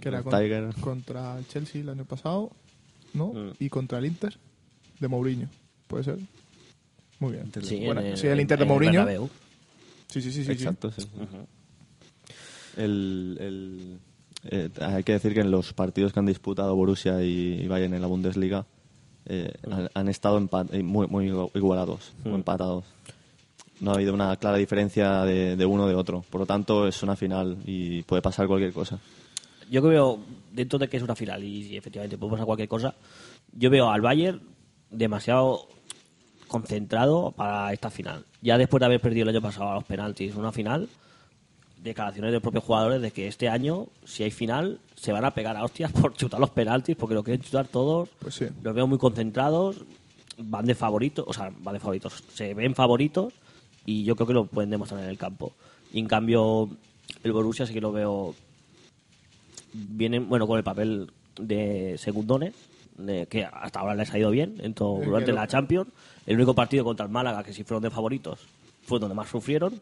Speaker 1: Que era
Speaker 4: el
Speaker 1: con-
Speaker 4: Tiger.
Speaker 1: contra el Chelsea el año pasado, ¿no?
Speaker 3: Mm.
Speaker 1: Y contra el Inter de Mourinho. ¿Puede ser? Muy bien.
Speaker 3: Sí,
Speaker 1: Bueno,
Speaker 3: en
Speaker 1: sí, el Inter de
Speaker 3: en
Speaker 1: Mourinho.
Speaker 3: Bernabéu.
Speaker 1: Sí, sí, sí, sí. sí.
Speaker 4: Exacto, sí. El- el- eh, hay que decir que en los partidos que han disputado Borussia y, y Bayern en la Bundesliga eh, han, han estado empa- eh, muy, muy igualados, muy empatados. No ha habido una clara diferencia de, de uno de otro. Por lo tanto, es una final y puede pasar cualquier cosa.
Speaker 3: Yo que veo, dentro de que es una final y, si efectivamente puede pasar cualquier cosa, yo veo al Bayern demasiado concentrado para esta final. Ya después de haber perdido el año pasado a los penaltis una final, declaraciones de los propios jugadores de que este año, si hay final, se van a pegar a hostias por chutar los penaltis, porque lo quieren chutar todos.
Speaker 1: Pues sí.
Speaker 3: Los veo muy concentrados, van de favoritos, o sea, van de favoritos, se ven favoritos y yo creo que lo pueden demostrar en el campo. Y en cambio, el Borussia sí que lo veo vienen bueno con el papel de secundones de- que hasta ahora les ha ido bien en todo-
Speaker 1: Es que
Speaker 3: durante
Speaker 1: lo-
Speaker 3: la Champions el único partido contra el Málaga que sí fueron de favoritos fue donde más sufrieron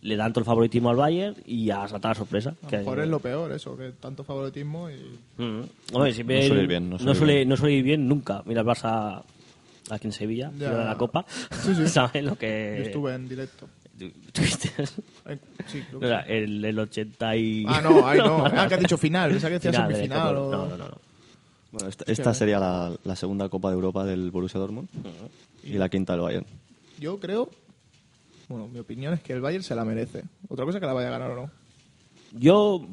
Speaker 3: le dan todo el favoritismo al Bayern y a saltar la sorpresa
Speaker 1: A
Speaker 3: que-
Speaker 1: lo mejor es lo peor eso, que tanto favoritismo y...
Speaker 3: Mm. Hombre, siempre
Speaker 4: No suele
Speaker 3: el-
Speaker 4: ir bien, no
Speaker 3: no
Speaker 4: suele ir
Speaker 3: suele-
Speaker 4: bien.
Speaker 3: no suele ir bien nunca mira el Barça aquí en Sevilla
Speaker 1: Ya.
Speaker 3: final de la Copa
Speaker 1: Sí, sí.
Speaker 3: sabes lo
Speaker 1: Yo
Speaker 3: que
Speaker 1: estuve en directo.
Speaker 3: tuviste
Speaker 1: Eh, Sí, creo
Speaker 3: No,
Speaker 1: que
Speaker 3: era
Speaker 1: sí.
Speaker 3: el, el 80 y
Speaker 1: Ah, no, ahí no. Ah, que has dicho final. Pensaba que decía
Speaker 3: Final, eh,
Speaker 1: semifinal
Speaker 3: no,
Speaker 1: o...
Speaker 3: no, no, no.
Speaker 4: Bueno, esta, esta sería la, la segunda Copa de Europa del Borussia Dortmund y la quinta del Bayern.
Speaker 1: Yo creo... Bueno, mi opinión es que el Bayern se la merece. Otra cosa es que la vaya a ganar o no.
Speaker 3: Yo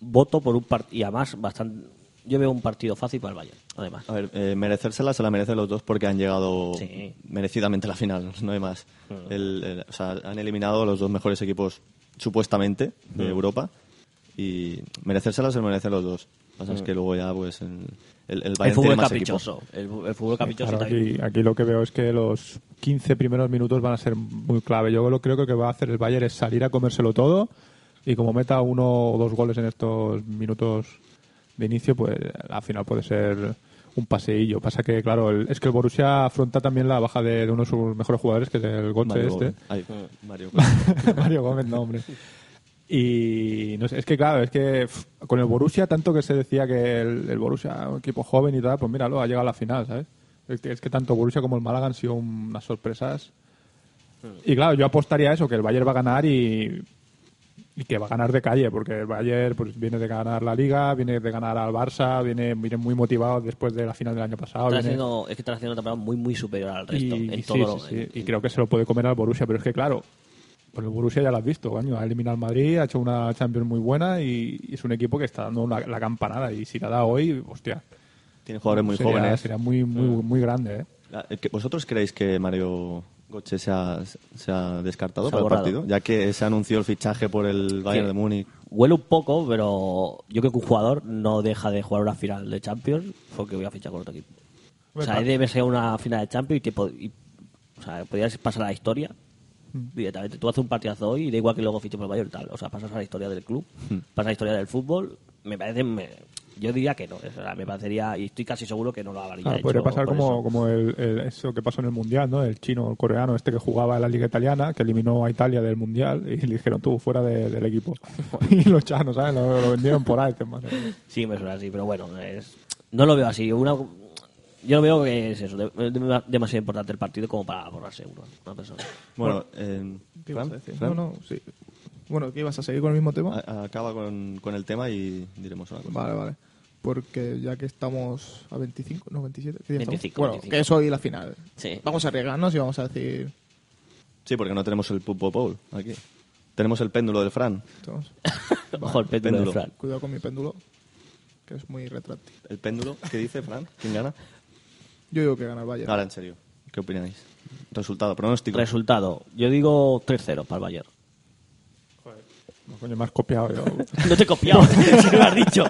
Speaker 3: voto por un partido, y además bastante, yo veo un partido fácil para el Bayern, además.
Speaker 4: A ver, eh, merecérsela se la merecen los dos porque han llegado
Speaker 3: Sí. Mm.
Speaker 4: merecidamente a la final, no hay más.
Speaker 3: Mm.
Speaker 4: El- el- o sea, han eliminado a los dos mejores equipos, supuestamente, de Europa. y merecérsela se lo merecen los dos. Lo que pasa es que luego ya pues el, el, el
Speaker 3: Mm. El fútbol
Speaker 4: Bayern tiene
Speaker 3: es
Speaker 4: más
Speaker 3: caprichoso. El, el fútbol caprichoso
Speaker 5: Claro,
Speaker 3: también.
Speaker 5: aquí, aquí lo que veo es que los 15 primeros minutos van a ser muy clave. Yo lo creo que lo que va a hacer el Bayern es salir a comérselo todo y como meta uno o dos goles en estos minutos de inicio, pues al final puede ser un paseillo. Pasa que, claro, el- es que el Borussia afronta también la baja de, de uno de sus mejores jugadores, que es el
Speaker 4: equipos.
Speaker 5: Götze
Speaker 4: Mario
Speaker 5: este.
Speaker 4: Gómez. Ay,
Speaker 3: Mm.
Speaker 4: Mario Gómez.
Speaker 5: Mario Gómez, no, hombre. Y no sé, es que claro, es que pf, con el Borussia, tanto que se decía que el, el Borussia era un equipo joven y tal, pues míralo, ha llegado a la final, ¿sabes? Es que, es que tanto Borussia como el Málaga han sido un- unas sorpresas. Y claro, yo apostaría a eso, que el Bayern va a ganar y, y que va a ganar de calle, porque el Bayern pues, viene de ganar la Liga, viene de ganar al Barça, viene, viene muy motivado después de la final del año pasado.
Speaker 3: Está
Speaker 5: viene-
Speaker 3: haciendo- es que está haciendo una temporada muy, muy superior al resto.
Speaker 5: y,
Speaker 3: en
Speaker 5: y
Speaker 3: todo
Speaker 5: sí,
Speaker 3: lo-
Speaker 5: sí, sí.
Speaker 3: en-
Speaker 5: Y creo que se lo puede comer al Borussia, pero es que claro, pues el Borussia ya lo has visto, coño, ha eliminado al Madrid, ha hecho una Champions muy buena y, y es un equipo que está dando una- la campanada y si la da hoy, hostia,
Speaker 4: Tiene jugadores muy
Speaker 5: sería,
Speaker 4: jóvenes.
Speaker 5: sería muy, muy,
Speaker 3: Mm.
Speaker 5: muy grande, ¿eh?
Speaker 4: Ah, ¿que- ¿Vosotros creéis que Mario Götze se ha, se ha descartado
Speaker 3: Se ha
Speaker 4: para el
Speaker 3: borrado.
Speaker 4: partido? Ya que se anunció el fichaje por el Bayern
Speaker 3: Sí.
Speaker 4: de Múnich.
Speaker 3: Huele un poco, pero yo creo que un jugador no deja de jugar una final de Champions porque voy a fichar con otro equipo. O sea,
Speaker 5: Hombre,
Speaker 3: debe ser una final de Champions y que pod- y- o sea, podrías pasar a la historia
Speaker 5: Mm.
Speaker 3: directamente. Tú haces un partidazo hoy y da igual que luego fiches por el Bayern y tal. O sea, pasas a la historia del club, pasas a la historia del fútbol. Me parece... me- yo diría que no. O sea, me parecería... Y estoy casi seguro que no lo habría
Speaker 5: Claro,
Speaker 3: hecho
Speaker 5: podría Ah, pasar
Speaker 3: por
Speaker 5: como,
Speaker 3: eso.
Speaker 5: como el, el- eso que pasó en el Mundial, ¿no? El chino, el coreano, este que jugaba en la Liga Italiana, que eliminó a Italia del Mundial y le dijeron tú fuera de- del equipo. y los chanos, ¿sabes? Lo, lo vendieron por ahí. este madre.
Speaker 3: Sí, me suena así, pero bueno, es- no lo veo así. Una, yo no veo que es eso, de- de- demasiado importante el partido como para borrarse una, una persona.
Speaker 4: Bueno, eh,
Speaker 1: ¿Qué
Speaker 4: Fran,
Speaker 1: ibas a decir?
Speaker 4: Fran,
Speaker 1: No, no, sí. Bueno, ¿qué ibas a seguir con el mismo tema?
Speaker 4: a- acaba con, con el tema y diremos una cosa.
Speaker 1: Vale, vale. Porque ya que estamos a 25, no, 27. ¿qué día estamos?
Speaker 3: 25,
Speaker 1: bueno,
Speaker 3: 25.
Speaker 1: que es hoy la final.
Speaker 3: Sí.
Speaker 1: Vamos a arriesgarnos y vamos a decir...
Speaker 4: Sí, porque no tenemos el Pupo Bowl aquí. Tenemos el péndulo del Fran.
Speaker 1: estamos-
Speaker 3: Bajo el péndulo de
Speaker 4: péndulo.
Speaker 3: Fran.
Speaker 1: Cuidado con mi péndulo, que es muy retráctil.
Speaker 4: ¿El péndulo? ¿Qué dice Fran? ¿Quién gana?
Speaker 1: Yo digo que gana el Bayern.
Speaker 4: Ahora, en serio. ¿Qué opináis? Resultado, pronóstico.
Speaker 3: Resultado, yo digo 3-0 para el Bayern.
Speaker 5: Coño, me has copiado yo.
Speaker 3: No te he copiado, si me lo has dicho.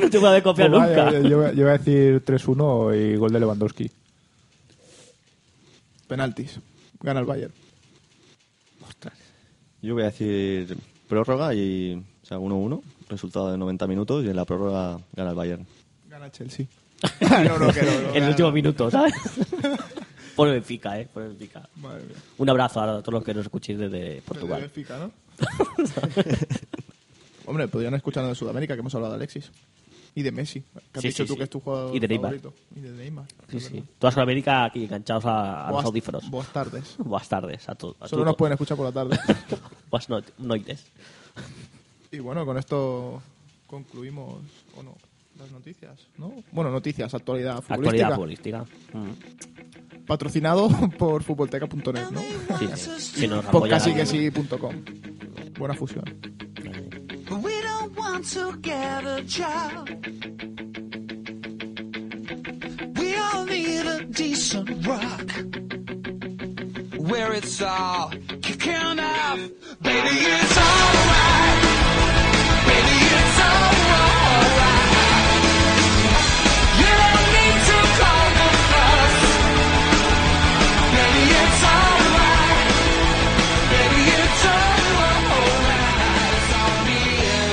Speaker 3: No te voy a haber copiado
Speaker 5: Pues
Speaker 3: nunca.
Speaker 5: vaya, Yo, yo voy a decir 3-1 y gol de Lewandowski.
Speaker 1: Penaltis. Gana el Bayern.
Speaker 4: Yo voy a decir prórroga y... O sea, 1-1. Resultado de 90 minutos y en la prórroga gana el Bayern.
Speaker 1: Gana Chelsea. no, no, que no, no,
Speaker 3: en el
Speaker 1: gana.
Speaker 3: último minuto, ¿sabes? Por Benfica, ¿eh? Por Benfica.
Speaker 1: Madre mía.
Speaker 3: Un abrazo a todos los que nos escuchéis desde
Speaker 1: De
Speaker 3: Portugal.
Speaker 1: Benfica, ¿no? Hombre, podrían escucharnos de Sudamérica, que hemos hablado de Alexis. Y de Messi, que has
Speaker 3: Sí,
Speaker 1: dicho
Speaker 3: sí,
Speaker 1: tú
Speaker 3: sí.
Speaker 1: que es tu jugador
Speaker 3: Y de Neymar.
Speaker 1: favorito. Y de Neymar.
Speaker 3: Sí,
Speaker 1: es
Speaker 3: sí.
Speaker 1: verdad.
Speaker 3: Toda Sudamérica aquí enganchados a, a los
Speaker 1: Buenas-
Speaker 3: audífonos.
Speaker 1: Buenas tardes.
Speaker 3: Buenas tardes a todos. a
Speaker 1: Solo
Speaker 3: todos.
Speaker 1: nos pueden escuchar por la tarde.
Speaker 3: Buenas no- noites.
Speaker 1: y bueno, con esto concluimos, o no, las noticias, ¿no? Bueno, noticias, actualidad futbolística.
Speaker 3: Actualidad futbolística. Mm.
Speaker 1: Patrocinado por futbolteca.net, ¿no?
Speaker 3: Sí, sí. Si nos
Speaker 1: Por
Speaker 3: apoya
Speaker 1: casi que
Speaker 3: alguien.
Speaker 1: sí.com. Buena fusión.
Speaker 2: We don't want to get a job. We all need a decent rock. Where it's all kicking off. Baby, it's alright. Baby, it's alright. You don't need to call the fuss. Baby, it's alright. Baby, it's alright. It's obvious.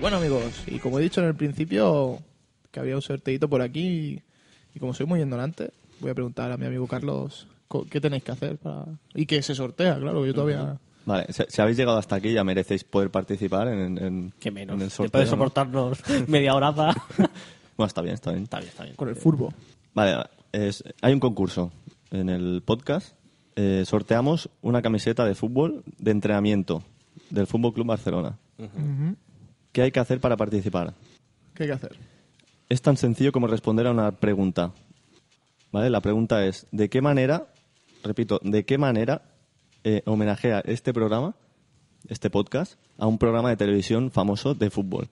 Speaker 1: Bueno, amigos, y como he dicho en el principio, que había un sorteito por aquí, y como soy muy ignorante, voy a preguntar a mi amigo Carlos co- qué tenéis que hacer para. Y que se sortea, claro, que yo todavía.
Speaker 4: Vale, si, si habéis llegado hasta aquí ya merecéis poder participar en, en,
Speaker 3: Que menos.
Speaker 4: en el
Speaker 3: Después
Speaker 4: sorteo.
Speaker 3: de
Speaker 4: ¿no?
Speaker 3: soportarnos media horaza.
Speaker 4: Bueno, está bien, está bien.
Speaker 3: está bien, está bien.
Speaker 1: con el furbo.
Speaker 4: Vale, es- hay un concurso en el podcast. Eh, sorteamos una camiseta de fútbol de entrenamiento del Fútbol Club Barcelona. ¿Qué hay que hacer para participar?
Speaker 1: ¿Qué hay que hacer?
Speaker 4: Es tan sencillo como responder a una pregunta. ¿Vale? La pregunta es, ¿de qué manera, repito, de qué manera eh, homenajea este programa, este podcast, a un programa de televisión famoso de fútbol?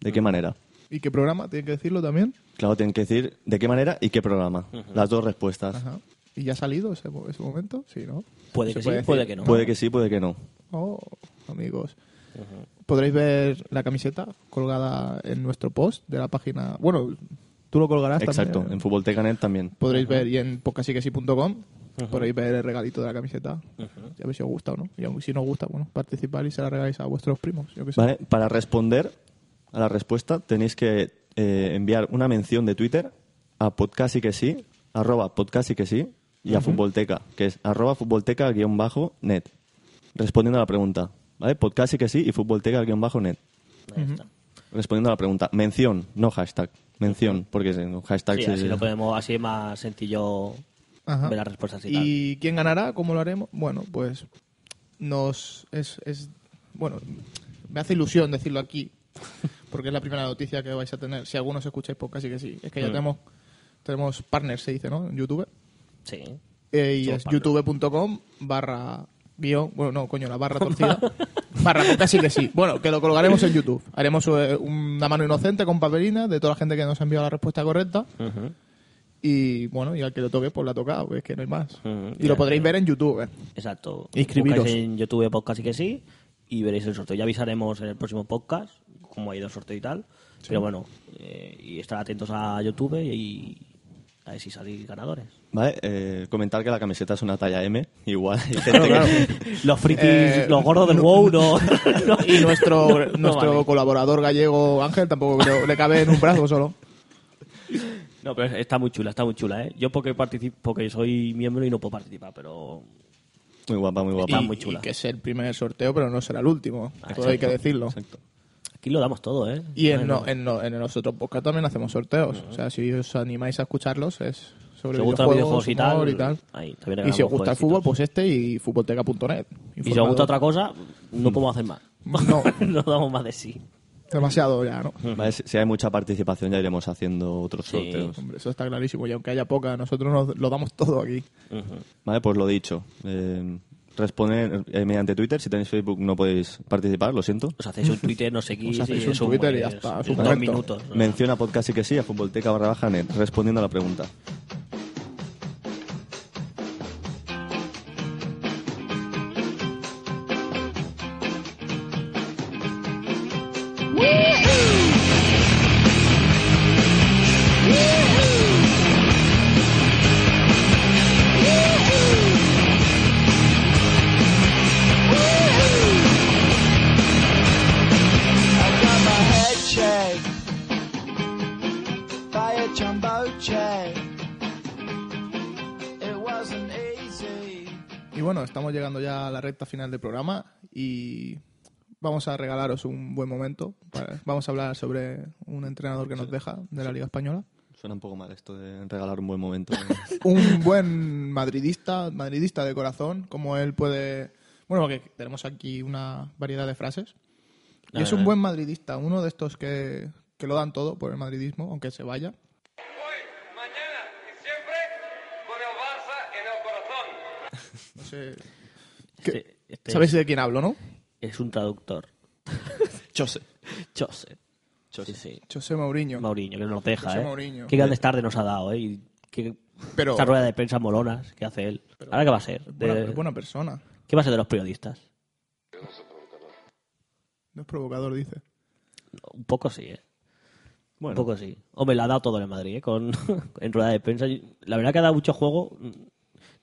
Speaker 4: ¿De qué manera?
Speaker 1: ¿Y qué programa? ¿Tienen que decirlo también?
Speaker 4: Claro, tienen que decir de qué manera y qué programa. Las dos respuestas.
Speaker 1: Ajá. ¿Y ya ha salido ese, mo- ese momento? Sí, ¿no?
Speaker 3: Puede
Speaker 1: ¿Se
Speaker 3: que sí, puede que no.
Speaker 4: Puede que sí, puede que no.
Speaker 1: Oh, amigos. Podréis ver la camiseta colgada en nuestro post de la página. Bueno, tú lo colgarás
Speaker 4: Exacto,
Speaker 1: también.
Speaker 4: en Futboltecanet también.
Speaker 1: Podréis ver y en podcastiguesi.com podréis ver el regalito de la camiseta. Ya ver si os gusta o no. Y aun si no os gusta, bueno, participar y se la regaláis a vuestros primos. Yo qué sé.
Speaker 4: Vale, para responder a la respuesta tenéis que eh, enviar una mención de Twitter a podcast y que sí, arroba podcast y que sí, y a futbolteca, que es arroba futbolteca guión bajo net. Respondiendo a la pregunta, ¿vale? Podcast y que sí y futbolteca guión bajo net.
Speaker 3: Ahí está.
Speaker 4: Respondiendo a la pregunta, mención, no hashtag, mención, porque si no, hashtag
Speaker 3: Sí,
Speaker 4: se-
Speaker 3: así lo podemos, así es más sencillo
Speaker 1: Ajá.
Speaker 3: ver las respuestas y, tal.
Speaker 1: ¿Y quién ganará? ¿Cómo lo haremos? Bueno, pues nos es, es bueno, me hace ilusión decirlo aquí porque es la primera noticia que vais a tener. Si algunos escucháis podcast, sí que sí. Es que ya
Speaker 3: Mm.
Speaker 1: tenemos tenemos partners, se dice, ¿no? En YouTube.
Speaker 3: Sí.
Speaker 1: Eh, y
Speaker 3: Somos
Speaker 1: es
Speaker 3: partners.
Speaker 1: youtube.com barra guión, bueno, no, coño, la barra torcida, barra podcast sí que sí. Bueno, que lo colgaremos en YouTube. Haremos eh, una mano inocente con papelina de toda la gente que nos ha enviado la respuesta correcta. Y bueno, y al que lo toque, pues la ha tocado, es que no hay más.
Speaker 3: Ujú,
Speaker 1: y lo
Speaker 3: ya,
Speaker 1: podréis
Speaker 3: ya.
Speaker 1: ver en YouTube. ¿eh?
Speaker 3: Exacto.
Speaker 1: Inscribiros.
Speaker 3: Buscáis en YouTube podcast y que sí y veréis el sorteo. Ya avisaremos en el próximo podcast cómo ha ido el sorteo y tal. Pero bueno, eh, y estar atentos a YouTube y a ver si salís ganadores.
Speaker 4: ¿Vale? eh, comentar que la camiseta es una talla M, igual. hay gente que-
Speaker 3: los frikis,
Speaker 1: Eh,
Speaker 3: los gordos del
Speaker 1: no-
Speaker 3: WoW no.
Speaker 1: Y nuestro,
Speaker 3: no, no
Speaker 1: nuestro
Speaker 3: vale.
Speaker 1: colaborador gallego Ángel tampoco creo, le cabe en un brazo solo.
Speaker 3: No, pero está muy chula, está muy chula, ¿eh? Yo porque participo, porque soy miembro y no puedo participar, pero
Speaker 4: Muy guapa, muy guapa.
Speaker 3: Está
Speaker 1: y,
Speaker 3: muy chula. Ah,
Speaker 1: y que es el primer sorteo, pero no será el último. Todo hay que decirlo.
Speaker 4: Exacto.
Speaker 3: aquí lo damos todo, ¿eh?
Speaker 1: Y en,
Speaker 3: Bueno,
Speaker 1: no- en, no- en nosotros podcast también hacemos sorteos. O sea, si os animáis a escucharlos, es sobre
Speaker 3: si os gustan los
Speaker 1: videojuegos,
Speaker 3: videojuegos y
Speaker 1: humor
Speaker 3: tal,
Speaker 1: y tal.
Speaker 3: ahí, también
Speaker 1: Y si os
Speaker 3: hagamos
Speaker 1: gusta el
Speaker 3: jueguecitos.
Speaker 1: fútbol, pues este y futbolteca.net.
Speaker 3: Y si os gusta otra cosa, no podemos hacer más.
Speaker 1: Mm. No.
Speaker 3: no damos más de sí.
Speaker 1: Demasiado ya, ¿no?
Speaker 4: Vale, si si hay mucha participación ya iremos haciendo otros
Speaker 3: Sí.
Speaker 4: sorteos.
Speaker 1: Hombre, eso está clarísimo. Y aunque haya poca, nosotros nos lo damos todo aquí.
Speaker 4: Vale, pues lo dicho. Eh, responden eh, mediante Twitter. Si tenéis Facebook no podéis participar, lo siento.
Speaker 3: Os hacéis un Twitter, no sé qué.
Speaker 1: Os hacéis
Speaker 3: y
Speaker 1: un
Speaker 3: eso,
Speaker 1: Twitter y ya
Speaker 3: es-
Speaker 1: está,
Speaker 3: es
Speaker 1: es un
Speaker 3: dos
Speaker 1: momento.
Speaker 3: minutos. ¿no?
Speaker 4: Menciona podcast y que sí a futbolteca barra baja net, respondiendo a la pregunta.
Speaker 2: I got my head checked by a jumbo check. It wasn't easy.
Speaker 1: Y bueno, estamos llegando ya a la recta final del programa y vamos a regalaros un buen momento. Para- Vamos a hablar sobre un entrenador que nos deja de la Liga Española.
Speaker 4: Suena un poco mal esto de regalar un buen momento.
Speaker 1: Un buen madridista, madridista de corazón, como él puede... Bueno, porque tenemos aquí una variedad de frases. Y es un buen madridista, uno de estos que, que lo dan todo por el madridismo, aunque se vaya.
Speaker 8: Hoy, mañana y siempre con el Barça en el corazón.
Speaker 1: No sé-
Speaker 3: Este- este
Speaker 1: ¿Sabéis de quién hablo, no?
Speaker 3: Es, es un traductor.
Speaker 4: Chose.
Speaker 3: Jose. Sí, sí.
Speaker 1: José Mourinho.
Speaker 3: Mauriño, que nos deja,
Speaker 1: José
Speaker 3: ¿eh?
Speaker 1: Mourinho.
Speaker 3: Qué grandes tardes nos ha dado, ¿eh? Y qué-
Speaker 1: Pero-
Speaker 3: Esta rueda de prensa molonas que hace él. ¿Ahora qué va a ser? De-
Speaker 1: Buena, buena persona.
Speaker 3: ¿Qué va a ser de los periodistas?
Speaker 1: No es provocador, dice.
Speaker 3: Un poco sí, ¿eh?
Speaker 4: Bueno,
Speaker 3: Un poco sí. Hombre, la ha dado todo en el Madrid, ¿eh? Con, en rueda de prensa. La verdad que ha dado mucho juego mm,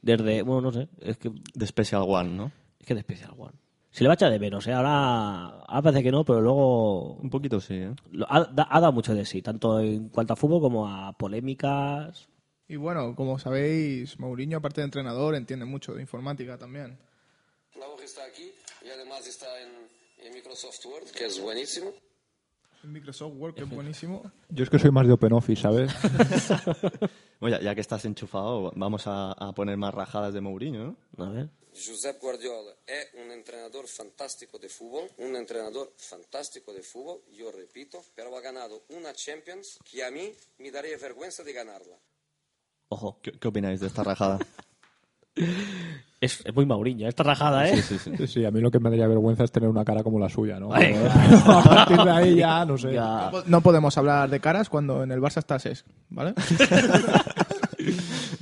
Speaker 3: desde... Bueno, no sé. Es que
Speaker 4: de Special One, ¿no?
Speaker 3: es que de especial, One. Se le va a echar de menos, ¿eh? Ahora, ahora parece que no, pero luego...
Speaker 4: Un poquito sí, ¿eh?
Speaker 3: lo- ha, da- ha dado mucho de sí, tanto en cuanto a fútbol como a polémicas.
Speaker 1: Y bueno, como sabéis, Mourinho, aparte de entrenador, entiende mucho de informática también.
Speaker 8: Nauch está aquí y además está en, en Microsoft Word, que es buenísimo.
Speaker 1: El Microsoft Word, que es buenísimo.
Speaker 5: Yo es que soy más de Open Office, ¿sabes?
Speaker 4: Bueno, ya, ya que estás enchufado, vamos a, a poner más rajadas de Mourinho, ¿no?
Speaker 3: A ver.
Speaker 8: Josep Guardiola es un entrenador fantástico de fútbol, un entrenador fantástico de fútbol, yo repito, pero ha ganado una Champions que a mí me daría vergüenza de ganarla.
Speaker 3: Ojo.
Speaker 4: ¿Qué, qué opináis de esta rajada?
Speaker 3: Es, es muy Mauriño, esta rajada, ¿eh?
Speaker 4: Sí, sí.
Speaker 5: Sí, sí, a mí lo que me daría vergüenza es tener una cara como la suya, ¿no?
Speaker 3: Ay,
Speaker 5: Pero a partir de ahí ya, no sé.
Speaker 3: Ya.
Speaker 1: No podemos hablar de caras cuando en el Barça está Sesc, ¿vale?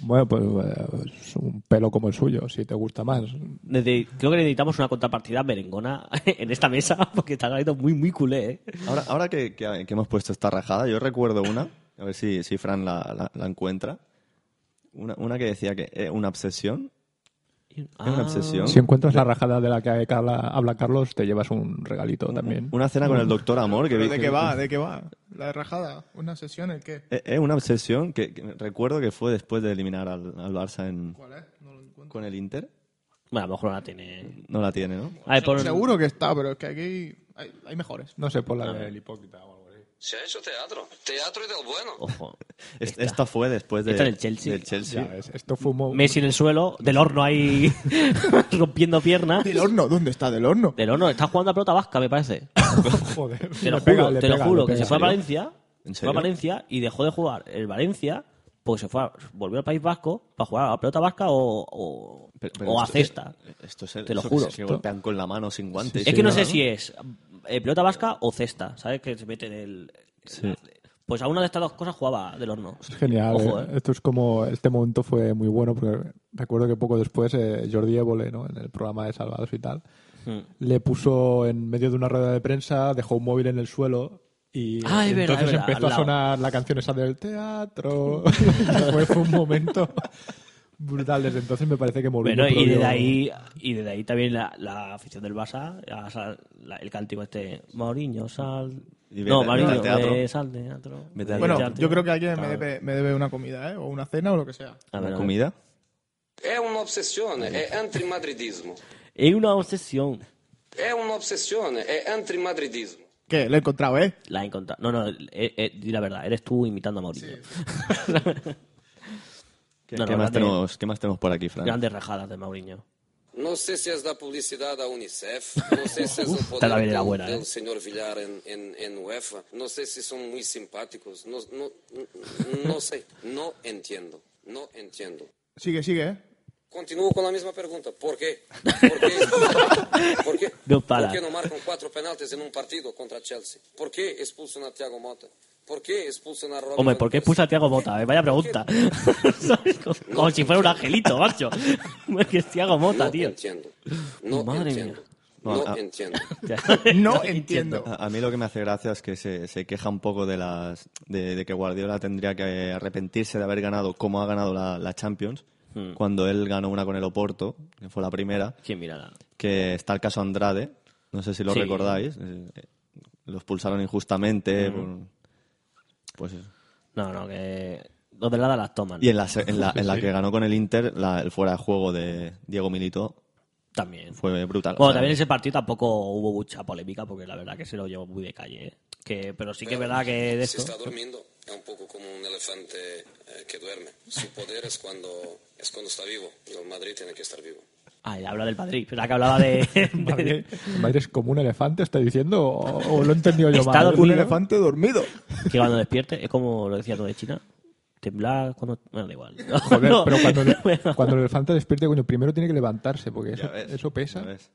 Speaker 5: Bueno, pues eh, es un pelo como el suyo, si te gusta más.
Speaker 3: Nece- Creo que necesitamos una contrapartida merengona en esta mesa porque está saliendo muy, muy culé. ¿eh?
Speaker 4: Ahora, ahora que, que- que hemos puesto esta rajada, yo recuerdo una, a ver si, si Fran la, la- la encuentra. Una, una que decía que eh, una obsesión. Era una
Speaker 3: Ah.
Speaker 4: obsesión.
Speaker 5: Si encuentras la rajada de la que habla, habla Carlos, te llevas un regalito también.
Speaker 4: Una cena con el doctor Amor. Que vi-
Speaker 1: ¿Pero ¿De
Speaker 4: que-
Speaker 1: qué va? ¿De qué va? ¿La rajada? ¿Una sesión? ¿El qué?
Speaker 4: Eh, eh, una obsesión que, que recuerdo que fue después de eliminar al, al Barça en,
Speaker 1: ¿Cuál es? No lo encuentro.
Speaker 4: con el Inter.
Speaker 3: Bueno, a lo mejor no la tiene.
Speaker 4: No la tiene, ¿no?
Speaker 3: A ver, pon-
Speaker 1: Seguro que está, pero es que aquí hay, hay mejores.
Speaker 5: No sé, por
Speaker 3: Ah,
Speaker 5: la del hipócrita o algo así.
Speaker 8: Se ha hecho teatro, teatro y del bueno.
Speaker 3: Ojo.
Speaker 4: Es- Esta, fue después de,
Speaker 3: Esta del Chelsea.
Speaker 4: Chelsea.
Speaker 5: Ya ves, esto fue un mo-
Speaker 3: Messi en el suelo, del horno ahí rompiendo piernas.
Speaker 1: ¿Del horno? ¿dónde está del horno?
Speaker 3: Del horno, está jugando a pelota vasca, me parece.
Speaker 5: Joder,
Speaker 3: Te
Speaker 5: le
Speaker 3: lo
Speaker 5: pega,
Speaker 3: juro,
Speaker 5: le
Speaker 3: te lo
Speaker 5: pega,
Speaker 3: juro,
Speaker 5: le
Speaker 3: que se
Speaker 5: pega.
Speaker 3: fue a Valencia,
Speaker 4: ¿En
Speaker 3: se fue a
Speaker 4: serio?
Speaker 3: Valencia y dejó de jugar el Valencia porque se fue a- volvió al País Vasco para jugar a la pelota vasca o, o,
Speaker 4: Pero- pero
Speaker 3: o a
Speaker 4: esto-
Speaker 3: cesta.
Speaker 4: Esto es el-
Speaker 3: Te lo
Speaker 4: eso
Speaker 3: juro.
Speaker 4: Que, se golpean con la mano sin guantes.
Speaker 3: es que no sé si es eh, pelota vasca o cesta, ¿sabes? Que se mete en el... Pues a una de estas dos cosas jugaba del horno.
Speaker 5: Es genial.
Speaker 3: Ojo,
Speaker 5: eh.
Speaker 3: eh.
Speaker 5: Esto es como. Este momento fue muy bueno porque recuerdo que poco después eh, Jordi Évole, ¿no? En el programa de Salvados y tal,
Speaker 3: Hmm.
Speaker 5: le puso en medio de una rueda de prensa, dejó un móvil en el suelo. Y
Speaker 3: Ah, es verdad,
Speaker 5: entonces
Speaker 3: es verdad,
Speaker 5: empezó
Speaker 3: al
Speaker 5: a
Speaker 3: lado.
Speaker 5: sonar la canción esa del teatro. fue, fue un momento brutal. Desde entonces me parece que movió
Speaker 3: Bueno, y desde ahí, y desde ahí también la, la afición del Barça, a sal- la- el cántico este, Mauriño, sal...
Speaker 4: Y vete-
Speaker 3: no,
Speaker 4: vete al
Speaker 3: Mauriño,
Speaker 4: teatro.
Speaker 3: eh, sal de teatro.
Speaker 4: Vete al
Speaker 3: Eh,
Speaker 1: Bueno,
Speaker 3: ya, tío.
Speaker 1: yo creo que alguien me debe, me debe una comida, ¿eh? O una cena o lo que sea.
Speaker 3: A ver, a ver.
Speaker 4: comida.
Speaker 8: È un'ossessione, è antimadridismo.
Speaker 3: Es una obsesión.
Speaker 8: È un'ossessione, è antimadridismo.
Speaker 1: ¿Qué? Lo he encontrado, ¿eh?
Speaker 3: La he encontrado. No, no, eh, eh, di la verdad, eres tú imitando a Mauriño.
Speaker 4: ¿Qué,
Speaker 3: No, no,
Speaker 4: qué más
Speaker 3: grande-
Speaker 4: tenemos, ¿Qué más tenemos por aquí, Fran?
Speaker 3: Grandes rajadas de Mauriño.
Speaker 8: No sé si es la publicidad a UNICEF, no sé si es el
Speaker 3: esta
Speaker 8: poder
Speaker 3: también era
Speaker 8: del,
Speaker 3: buena,
Speaker 8: del
Speaker 3: ¿eh?
Speaker 8: señor Villar en, en, en UEFA, no sé si son muy simpáticos, no, no, no sé, no entiendo, no entiendo.
Speaker 1: Sigue, sigue, ¿eh?
Speaker 8: Continúo con la misma pregunta. ¿Por qué? ¿Por qué? ¿Por qué?
Speaker 3: No para.
Speaker 8: ¿Por qué no marcan cuatro penaltis en un partido contra Chelsea? ¿Por qué expulsan a Thiago Mota? ¿Por qué expulsan a Robin?
Speaker 3: Hombre, ¿por qué
Speaker 8: Van Persie?
Speaker 3: expulsa a Tiago Mota? eh? Vaya pregunta. ¿Sabes? Como- Como si fuera un angelito, macho. Es que es Tiago Mota,
Speaker 8: no
Speaker 3: tío.
Speaker 8: entiendo. No
Speaker 3: Madre
Speaker 8: entiendo.
Speaker 4: mía.
Speaker 8: No
Speaker 4: No, ah.
Speaker 8: entiendo.
Speaker 1: No entiendo.
Speaker 4: A a mí lo que me hace gracia es que se, se queja un poco de las de, de que Guardiola tendría que arrepentirse de haber ganado como ha ganado la, la Champions
Speaker 3: Hmm.
Speaker 4: cuando él ganó una con el Oporto, que fue la primera,
Speaker 3: ¿Quién mirará?
Speaker 4: que está el caso Andrade, no sé si lo
Speaker 3: Sí.
Speaker 4: recordáis, eh, eh, lo expulsaron
Speaker 3: Hmm.
Speaker 4: injustamente, por- pues eso.
Speaker 3: No, no, que. Los de nada las toman.
Speaker 4: Y en la, se- en la, en la que ganó con el Inter, la- el fuera de juego de Diego Milito
Speaker 3: También.
Speaker 4: fue brutal.
Speaker 3: Bueno,
Speaker 4: O sea,
Speaker 3: también ese partido tampoco hubo mucha polémica porque la verdad que se lo llevó muy de calle. ¿eh? Que, pero sí que es verdad que de
Speaker 8: Si
Speaker 3: esto.
Speaker 8: está durmiendo, es un poco como un elefante eh, que duerme. Su poder es cuando, es cuando está vivo. Y el Madrid tiene que estar vivo.
Speaker 3: Ah, y habla del Madrid. Pero la que hablaba de.
Speaker 5: Madre, madre, es como un elefante, está diciendo, o, o lo he entendido yo
Speaker 3: Está
Speaker 5: mal.
Speaker 3: dormido.
Speaker 1: dormido.
Speaker 3: que cuando despierte, es como lo decía todo de China. Temblar cuando. Bueno, da igual.
Speaker 5: Joder,
Speaker 3: No.
Speaker 5: pero cuando, cuando el elefante despierte, coño, primero tiene que levantarse, porque
Speaker 4: ya
Speaker 5: eso,
Speaker 4: ves,
Speaker 5: eso pesa.
Speaker 4: ya ves.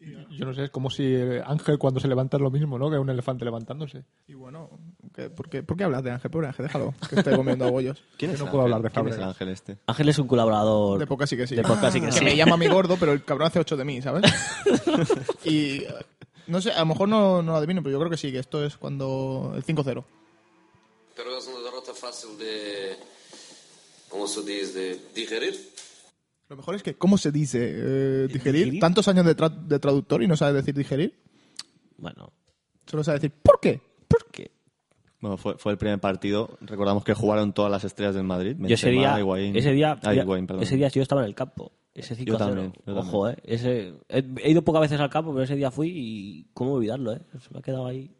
Speaker 5: Yo no sé, es como si eh, Ángel cuando se levanta es lo mismo, ¿no? Que un elefante levantándose.
Speaker 1: Y bueno, ¿qué- por, qué, por qué hablas de Ángel? Pobre Ángel, déjalo, que esté comiendo bollos.
Speaker 4: ¿Quién
Speaker 5: Yo
Speaker 4: es
Speaker 5: no
Speaker 4: el
Speaker 5: puedo
Speaker 4: ángel?
Speaker 5: hablar de
Speaker 4: ¿Quién es el
Speaker 5: Fábregas.
Speaker 4: ángel este?
Speaker 3: Ángel es un colaborador.
Speaker 1: De poca sí que sí.
Speaker 3: De poca sí que sí.
Speaker 1: me llama mi gordo, pero el cabrón hace 8 de mí, ¿sabes? Y eh, no sé, a lo mejor no, no lo adivino, pero yo creo que sí, que esto es cuando el 5-0.
Speaker 8: Pero es una derrota fácil de, ¿cómo se dice?, de digerir.
Speaker 1: Lo mejor es que, ¿cómo se dice? Eh, digerir.
Speaker 3: ¿Digerir?
Speaker 1: Tantos años de, tra- de traductor y no sabe decir digerir.
Speaker 3: Bueno,
Speaker 1: Solo sabe decir, ¿por qué? ¿Por qué?
Speaker 4: Bueno, fue, fue el primer partido. Recordamos que jugaron todas las estrellas del Madrid.
Speaker 3: yo ese
Speaker 4: Benzema,
Speaker 3: día.
Speaker 4: Higuaín-
Speaker 3: ese día.
Speaker 4: Ah, Higuaín, perdón.
Speaker 3: ese día yo estaba en el campo. Ese 5
Speaker 4: también, yo
Speaker 3: Ojo, eh. Ese, he, he ido pocas veces al campo, pero ese día fui y. ¿Cómo olvidarlo, eh? Se me ha quedado ahí.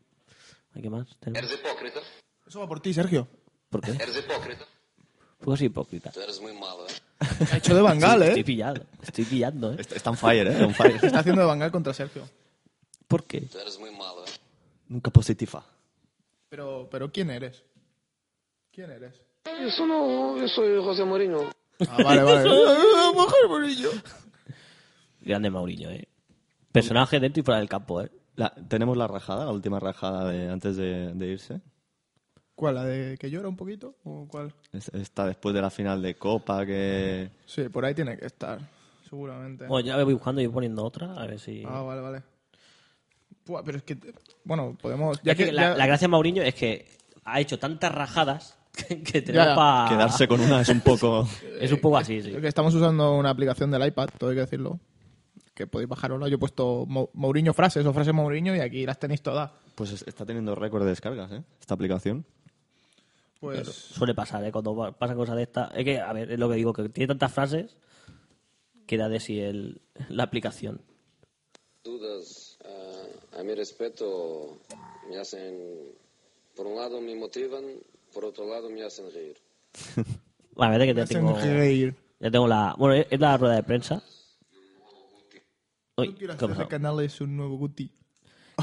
Speaker 3: ¿Hay qué más? Tenemos-
Speaker 8: Eres hipócrita.
Speaker 1: Eso va por ti, Sergio.
Speaker 3: ¿Por qué?
Speaker 8: Eres hipócrita.
Speaker 3: Fue así hipócrita.
Speaker 8: Tú eres muy malo, ¿eh?
Speaker 1: Me Ha hecho de Bangal,
Speaker 3: Estoy
Speaker 1: ¿eh?
Speaker 3: pillado, estoy pillando, ¿eh?
Speaker 4: Está, está on fire, ¿eh? On fire.
Speaker 1: Está haciendo de Bangal contra Sergio.
Speaker 3: ¿Por qué?
Speaker 8: Tú eres muy malo, ¿eh?
Speaker 4: Nunca positiva.
Speaker 1: Pero, pero ¿quién eres? ¿Quién eres?
Speaker 8: Yo, no, yo soy José Mourinho.
Speaker 1: Ah, vale, vale.
Speaker 3: Grande Mauriño, ¿eh? Personaje dentro y fuera del campo, ¿eh?
Speaker 4: La- tenemos la rajada, la última rajada de antes de, de irse.
Speaker 1: ¿Cuál? ¿La de que llora un poquito? ¿O cuál?
Speaker 4: Es- Está después de la final de Copa, que...
Speaker 1: Sí, por ahí tiene que estar, seguramente.
Speaker 3: Bueno, ya voy buscando y voy poniendo otra, a ver si...
Speaker 1: Ah, vale, vale. Buah, pero es que, te- bueno, podemos...
Speaker 3: Es que la,
Speaker 1: ya-
Speaker 3: la gracia de Mauriño es que ha hecho tantas rajadas que, que tenemos
Speaker 1: Ya.
Speaker 3: para...
Speaker 4: Quedarse con una es un poco...
Speaker 3: Es un poco así, sí.
Speaker 1: Creo que estamos usando una aplicación del iPad, todo hay que decirlo. Que podéis bajarlo, ¿no? Yo he puesto Mou- Mourinho frases o frases Mourinho y aquí las tenéis todas.
Speaker 4: Pues es- está teniendo récord de descargas, ¿eh? Esta aplicación.
Speaker 1: Pues
Speaker 3: Suele pasar, ¿eh? Cuando va- pasan cosas de estas... Es que, a ver, es lo que digo, que tiene tantas frases que da de sí el, la aplicación.
Speaker 8: dudas ah, a mi respecto me hacen, por un lado me motivan, por otro lado me hacen reír.
Speaker 3: Bueno, a ver, que ya tengo...
Speaker 1: reír.
Speaker 3: Ya tengo la... Bueno, es- es la rueda de prensa. Uy,
Speaker 1: No quiero
Speaker 3: ¿qué ha
Speaker 1: hacer de
Speaker 3: pasado?
Speaker 1: Canales un nuevo Guti.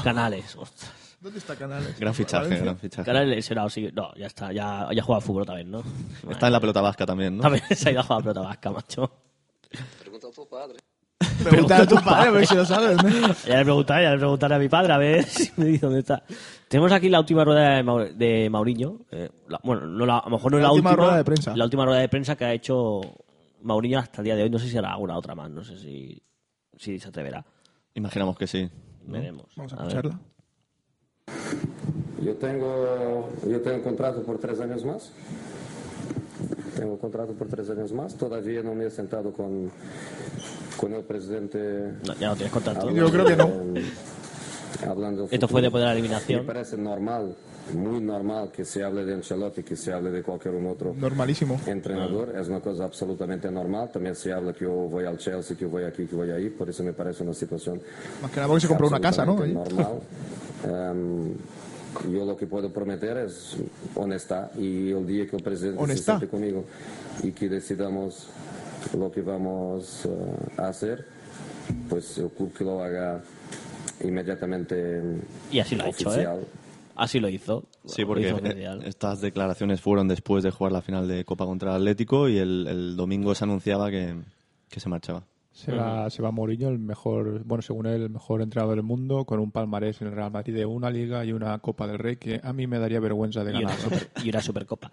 Speaker 3: Canales, ostras.
Speaker 1: ¿Dónde está Canales?
Speaker 4: Gran fichaje,
Speaker 1: Valencia.
Speaker 4: gran fichaje.
Speaker 3: Canales lesionado, sí. No, ya está. Ya, ya juega al fútbol también, ¿no?
Speaker 4: Está en la pelota vasca también, ¿no?
Speaker 3: También se ha ido a jugar a pelota vasca, macho.
Speaker 8: Pregunta a tu padre.
Speaker 1: Pregunta a tu padre a ver si lo ¿eh? sabes. ¿no?
Speaker 3: Ya le preguntaré, ya le preguntaré a mi padre a ver si me dice dónde está. Tenemos aquí la última rueda de, Mau- de Mauriño. eh, la- bueno, no la- a lo mejor no
Speaker 1: La
Speaker 3: la,
Speaker 1: última rueda de prensa.
Speaker 3: La última rueda de prensa que ha hecho Mauriño hasta el día de hoy. No sé si hará alguna otra más. No sé si, si se atreverá.
Speaker 4: Imaginamos que sí.
Speaker 3: Veremos.
Speaker 1: Vamos a
Speaker 3: ver.
Speaker 1: escucharla.
Speaker 8: Yo tengo, yo tengo um contrato por tres años más. Tengo um contrato por tres años más. Todavía no me he sentado con, con el presidente.
Speaker 3: No, ya no tienes contrato.
Speaker 8: hablando
Speaker 1: Yo creo que no.
Speaker 8: de- Hablando
Speaker 3: Esto fue
Speaker 8: futuro.
Speaker 3: después de la
Speaker 8: Me
Speaker 3: eliminación.
Speaker 8: parece normal, muy normal que se hable de Ancelotti, que se hable de um cualquier un otro
Speaker 1: Normalísimo.
Speaker 8: entrenador. Es una cosa é absolutamente normal. También se habla que yo voy al Chelsea, que yo voy aquí, que voy ahí. Por eso me parece una situación
Speaker 1: Más que nada porque se compró una casa, ¿no?
Speaker 8: absolutamente normal. Em, yo lo que puedo prometer es honestidad y el día que el presidente
Speaker 1: Honestá.
Speaker 8: se siente conmigo y que decidamos lo que vamos eh, a hacer, pues el club que lo haga inmediatamente
Speaker 3: Y así lo ha hecho,
Speaker 8: oficial.
Speaker 3: ¿eh? Así lo hizo.
Speaker 4: Sí,
Speaker 3: Lo
Speaker 4: porque
Speaker 3: hizo
Speaker 4: eh,
Speaker 3: oficial.
Speaker 4: estas declaraciones fueron después de jugar la final de Copa contra el Atlético y el, el domingo se anunciaba que, que se marchaba.
Speaker 5: Se va, se va Mourinho, el mejor, bueno, según él, el mejor entrenador del mundo, con un palmarés en el Real Madrid de una liga y una Copa del Rey que a mí me daría vergüenza de
Speaker 3: Y una,
Speaker 5: ganar.
Speaker 3: super- y una supercopa.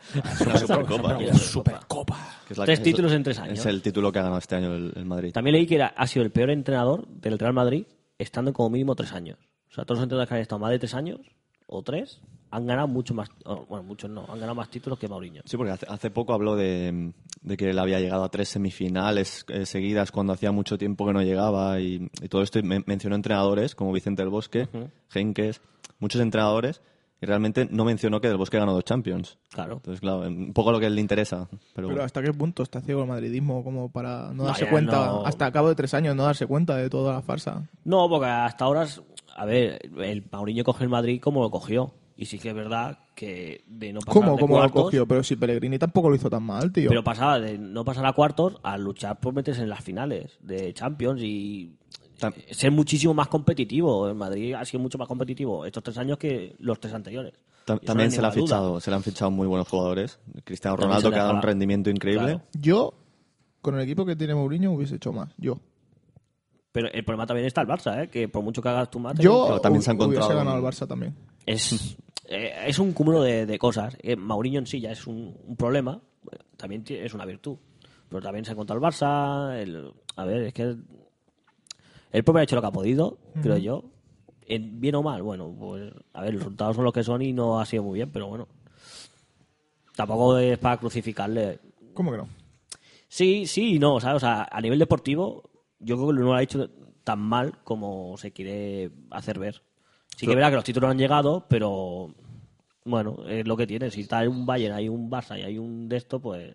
Speaker 4: Una supercopa.
Speaker 3: Y una supercopa.
Speaker 4: Que es la-
Speaker 3: Tres
Speaker 4: es-
Speaker 3: títulos en tres años.
Speaker 4: Es el título que ha ganado este año el, el Madrid.
Speaker 3: También leí que era- ha sido el peor entrenador del Real Madrid estando como mínimo tres años. O sea, todos los entrenadores que han estado más de tres años o tres han ganado mucho más. o, Bueno, muchos no, han ganado más títulos que Mauriño.
Speaker 4: Sí, porque hace, hace poco habló de, de que él había llegado a tres semifinales eh, seguidas cuando hacía mucho tiempo que no llegaba y, y todo esto. Y men- mencionó entrenadores como Vicente del Bosque, Henkes, muchos entrenadores y realmente no mencionó que del Bosque ganó dos Champions.
Speaker 3: Claro.
Speaker 4: Entonces, claro, un poco lo que le interesa. Pero,
Speaker 1: Pero
Speaker 4: bueno.
Speaker 1: ¿hasta qué punto está ciego el madridismo como para no
Speaker 3: No,
Speaker 1: darse
Speaker 3: ya
Speaker 1: cuenta,
Speaker 3: no.
Speaker 1: hasta a cabo de tres años, no darse cuenta de toda la farsa?
Speaker 3: No, porque hasta ahora, es- a ver, el Mauriño coge el Madrid como lo cogió. Y sí que es verdad que de no pasar
Speaker 1: ¿Cómo,
Speaker 3: de
Speaker 1: cómo lo
Speaker 3: cuartos,
Speaker 1: cogió? Pero si Pellegrini tampoco lo hizo tan mal, tío.
Speaker 3: Pero pasaba de no pasar a cuartos a luchar por meterse en las finales de Champions y
Speaker 4: Tam-
Speaker 3: ser muchísimo más competitivo. En Madrid ha sido mucho más competitivo estos tres años que los tres anteriores. Y
Speaker 4: Ta-
Speaker 3: eso no
Speaker 4: también
Speaker 3: hay
Speaker 4: se le, ha
Speaker 3: ninguna duda.
Speaker 4: fichado, se le han fichado muy buenos jugadores. Cristiano
Speaker 3: También
Speaker 4: Ronaldo,
Speaker 3: se le
Speaker 4: que ha dado un
Speaker 3: acaba-
Speaker 4: rendimiento increíble.
Speaker 3: Claro.
Speaker 1: Yo, con el equipo que tiene Mourinho, hubiese hecho más. Yo.
Speaker 3: Pero el problema también está el Barça, ¿eh? que por mucho que hagas tu mate,
Speaker 1: Yo
Speaker 4: Pero también se ha
Speaker 1: hu- hubiese
Speaker 4: encontrado
Speaker 1: ganado el
Speaker 4: un-
Speaker 1: Barça también.
Speaker 3: es, eh, es un cúmulo de, de cosas. Eh, Mauriño en sí ya es un, un problema, bueno, también ti- es una virtud. Pero también se ha encontrado el Barça. el- a ver, es que el, el propio ha hecho lo que ha podido, creo yo. En- bien o mal, bueno, pues a ver, los resultados son los que son y no ha sido muy bien, pero bueno. Tampoco es para crucificarle.
Speaker 1: ¿Cómo que no?
Speaker 3: Sí, sí y no, ¿sabes? O sea, a nivel deportivo, yo creo que no lo ha hecho tan mal como se quiere hacer ver. Sí que verá que los títulos han llegado, pero bueno, es lo que tiene. Si está en un Bayern, hay un Barça y hay un de esto, pues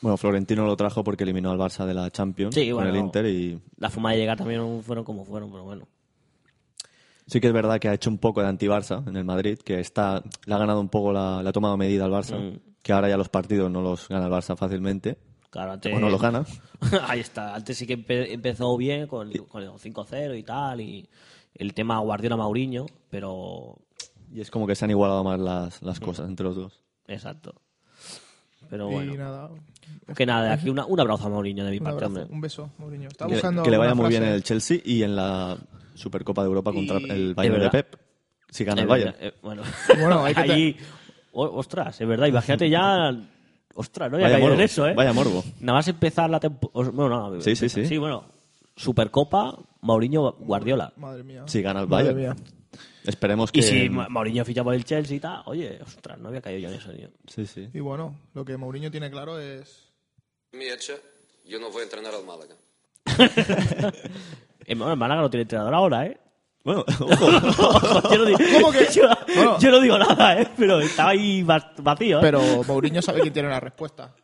Speaker 4: Bueno, Florentino lo trajo porque eliminó al Barça de la Champions
Speaker 3: Sí,
Speaker 4: con
Speaker 3: bueno.
Speaker 4: el Inter y
Speaker 3: la forma de llegar también fueron como fueron, pero bueno.
Speaker 4: sí que es verdad que ha hecho un poco de anti-Barça en el Madrid, que está, le ha ganado un poco la, le ha tomado medida al Barça,
Speaker 3: Mm.
Speaker 4: que ahora ya los partidos no los gana el Barça fácilmente,
Speaker 3: Claro, antes...
Speaker 4: o no los gana.
Speaker 3: Ahí está. Antes sí que empe- empezó bien con, con el 5-0 y tal, y el tema Guardiola-Mauriño, pero
Speaker 4: Y es como que se han igualado más las, las cosas entre los dos.
Speaker 3: exacto. Pero
Speaker 1: Y
Speaker 3: Ah, bueno.
Speaker 1: nada.
Speaker 3: Que nada, aquí una, un abrazo a Mauriño de mi
Speaker 1: Un,
Speaker 3: parte,
Speaker 1: abrazo,
Speaker 3: hombre.
Speaker 1: un beso, Mourinho. Estaba
Speaker 4: Que,
Speaker 1: buscando
Speaker 4: que le vaya
Speaker 1: alguna
Speaker 4: muy bien en
Speaker 1: frase.
Speaker 4: el Chelsea y en la Supercopa de Europa contra
Speaker 1: Y-
Speaker 4: el Bayern de,
Speaker 3: verdad.
Speaker 4: Pep, si gana el
Speaker 3: Eh,
Speaker 4: Bayern.
Speaker 3: eh, bueno,
Speaker 1: Bueno, hay que te-
Speaker 3: allí O- ostras, es verdad, imagínate ya. Ostras, no había
Speaker 4: Vaya
Speaker 3: caído en
Speaker 4: morbo,
Speaker 3: eso, ¿eh?
Speaker 4: vaya morbo.
Speaker 3: Nada más empezar la temporada. Bueno, no,
Speaker 4: Sí, sí, sí.
Speaker 3: Sí, bueno. Supercopa, Mourinho Guardiola.
Speaker 1: Madre mía.
Speaker 4: Si gana el
Speaker 1: Madre mía.
Speaker 4: Bayern. Esperemos que.
Speaker 3: Y si Ma- Mourinho ficha por el Chelsea y tal, oye, ostras, no había caído yo en eso, tío.
Speaker 4: Sí, sí.
Speaker 1: Y bueno, lo que Mourinho tiene claro es.
Speaker 8: Miecha, yo no voy a entrenar al Málaga.
Speaker 3: Eh, Bueno, el Málaga no tiene entrenador ahora, ¿eh?
Speaker 4: Bueno, ojo.
Speaker 3: yo, no digo,
Speaker 1: ¿Cómo que?
Speaker 3: yo,
Speaker 1: Bueno.
Speaker 3: yo no digo nada, ¿eh? Pero estaba ahí va- vacío. ¿eh?
Speaker 1: Pero Mourinho sabe que tiene la respuesta.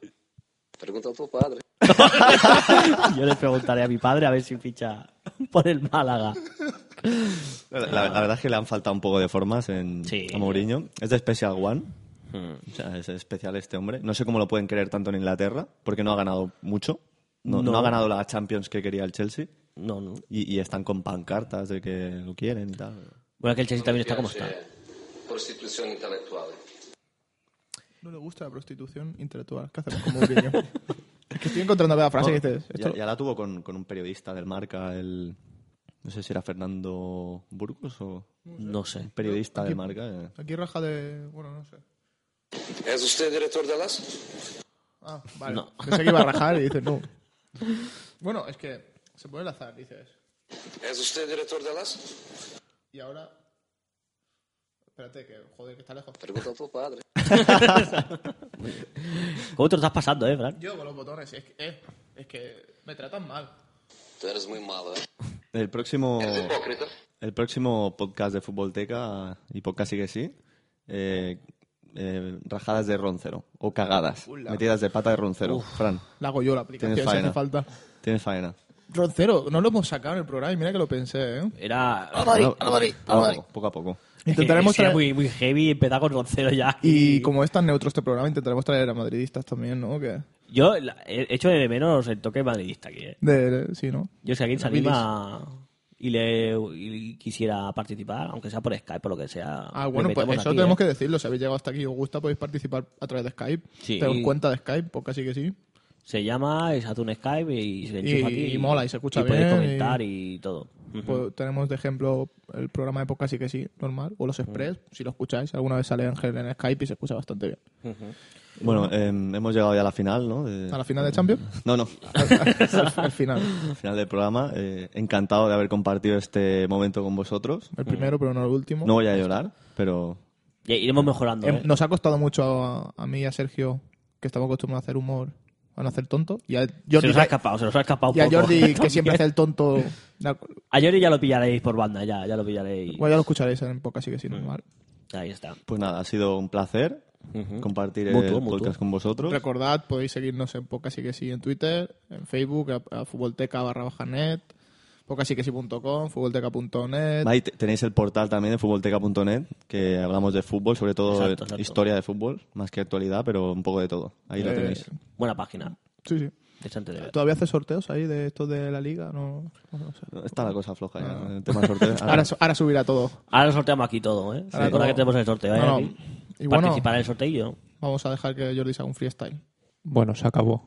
Speaker 8: Pregunta a tu padre.
Speaker 3: Yo le preguntaré a mi padre a ver si ficha por el Málaga.
Speaker 4: La, la- la verdad es que le han faltado un poco de formas en,
Speaker 3: Sí. Hmm.
Speaker 4: a Mourinho. Es de Special One. O sea, es especial este hombre. No sé cómo lo pueden querer tanto en Inglaterra, porque no ha ganado mucho. No, no
Speaker 3: No.
Speaker 4: ha ganado la Champions que quería el Chelsea.
Speaker 3: No, no.
Speaker 4: Y, y están con pancartas de que lo quieren y tal.
Speaker 3: Bueno, es que el Chelsea también está como está.
Speaker 8: Piace Prostitución intelectual.
Speaker 1: No le gusta la prostitución intelectual. ¿Qué hacemos con Mourinho? es que estoy encontrando cada frase que dices.
Speaker 4: ya,
Speaker 1: esto-
Speaker 4: ya la tuvo con, con un periodista del marca, el. No sé si era Fernando Burgos o.
Speaker 3: No sé.
Speaker 4: Un periodista del marca. eh.
Speaker 1: Aquí raja de. Bueno, no sé.
Speaker 8: ¿Es usted director de las?
Speaker 1: Ah, vale.
Speaker 3: No.
Speaker 1: Pensé que iba a rajar y dices no. Bueno, es que se puede enlazar, dices.
Speaker 8: ¿Es usted director de las?
Speaker 1: Y ahora. Espérate, que joder, que está lejos.
Speaker 8: Pregunta a tu padre.
Speaker 3: ¿Cómo te lo estás pasando, eh, Fran?
Speaker 1: Yo con los botones, es que, eh, es que me tratan mal.
Speaker 8: Tú eres muy malo, ¿eh?
Speaker 4: El próximo.
Speaker 8: ¿Eres hipócrita?
Speaker 4: El próximo podcast de Futbolteca y podcast sí que sí. eh, eh, rajadas de roncero o cagadas. Metidas de pata de roncero. Fran,
Speaker 1: La hago yo la aplicación
Speaker 4: Tienes
Speaker 1: si hace
Speaker 4: faena.
Speaker 1: falta.
Speaker 4: tienes faena.
Speaker 1: Roncero, no lo hemos sacado en el programa y mira que lo pensé, ¿eh?
Speaker 3: Era.
Speaker 4: Bueno, poco a poco, poco a poco.
Speaker 1: Intentaremos
Speaker 3: Sí, era
Speaker 1: traer...
Speaker 3: muy, muy heavy empezar con Roncero ya.
Speaker 1: Y como es tan neutro este programa, intentaremos traer a madridistas también, ¿no? Que...
Speaker 3: Yo la- he hecho de menos el toque madridista aquí, eh.
Speaker 1: De, de- sí, ¿no?
Speaker 3: Yo sé que alguien se
Speaker 1: Los bilis.
Speaker 3: anima y le y quisiera participar, aunque sea por Skype, por lo que sea.
Speaker 1: Ah,
Speaker 3: le
Speaker 1: bueno, pues
Speaker 3: metemos
Speaker 1: eso
Speaker 3: aquí,
Speaker 1: tenemos
Speaker 3: eh.
Speaker 1: que decirlo. Si habéis llegado hasta aquí y os gusta, podéis participar a través de Skype.
Speaker 3: Sí.
Speaker 1: Tengo cuenta de Skype, pues casi que sí.
Speaker 3: Se llama, y se hace un Skype y se enchufa
Speaker 1: Y-
Speaker 3: aquí.
Speaker 1: y mola, y se escucha
Speaker 3: y podéis
Speaker 1: bien,
Speaker 3: comentar y, todo. Ujú.
Speaker 1: Pues tenemos de ejemplo el programa de podcast sí que sí, normal, o los Express, si lo escucháis, alguna vez sale Ángel en Skype y se escucha bastante bien.
Speaker 4: Bueno, eh, hemos llegado ya a la final, ¿no? De-
Speaker 1: A la final de Champions,
Speaker 4: No, no.
Speaker 1: al, al final.
Speaker 4: Al final del programa. eh, encantado de haber compartido este momento con vosotros.
Speaker 1: El primero, pero no el último.
Speaker 4: No voy a llorar, pero
Speaker 3: Ya iremos mejorando.
Speaker 1: Em,
Speaker 3: ¿eh?
Speaker 1: Nos ha costado mucho a, a mí y a Sergio, que estamos acostumbrados a hacer humor, a no hacer tonto. Y a
Speaker 3: se
Speaker 1: Jordi,
Speaker 3: nos ha escapado, se nos ha escapado un
Speaker 1: y a
Speaker 3: poco.
Speaker 1: Jordi que
Speaker 3: También.
Speaker 1: siempre hace el tonto. la-
Speaker 3: A Jordi ya lo pillaréis por banda, ya, ya lo pillaréis.
Speaker 1: Bueno, ya lo escucharéis en podcast sí que sí, normal.
Speaker 3: Ahí está.
Speaker 4: pues nada, ha sido un placer
Speaker 3: Ujú.
Speaker 4: compartir
Speaker 3: Mutuo,
Speaker 4: el
Speaker 3: mutuo.
Speaker 4: podcast con
Speaker 3: Pues-
Speaker 4: vosotros.
Speaker 1: Recordad, podéis seguirnos en Poca sí que sí en Twitter, en Facebook, a, a futbolteca barra baja net, pocasiquesi.com, futbolteca.net.
Speaker 4: Ahí te- tenéis el portal también de futbolteca.net, que hablamos de fútbol, sobre todo
Speaker 3: Exacto,
Speaker 4: de-
Speaker 3: exacto.
Speaker 4: historia de fútbol, más que actualidad, pero un poco de todo. Ahí lo
Speaker 1: Eh,
Speaker 4: tenéis.
Speaker 3: Buena página.
Speaker 1: Sí, sí.
Speaker 3: Interesante de ver.
Speaker 1: ¿Todavía hace sorteos ahí de estos de la liga? No, no sé.
Speaker 4: Está la cosa floja ya, el tema de sorteo. Ahora-
Speaker 1: Ahora, su- ahora subirá todo.
Speaker 3: Ahora lo sorteamos aquí todo, ¿eh?
Speaker 1: Ahora
Speaker 3: Ahora que
Speaker 1: todo.
Speaker 3: tenemos el sorteo, ¿eh?
Speaker 1: No, no.
Speaker 3: Aquí.
Speaker 1: Y bueno-
Speaker 3: Participar en el sorteo.
Speaker 1: Vamos a dejar que Jordi se haga un freestyle.
Speaker 5: Bueno, se acabó.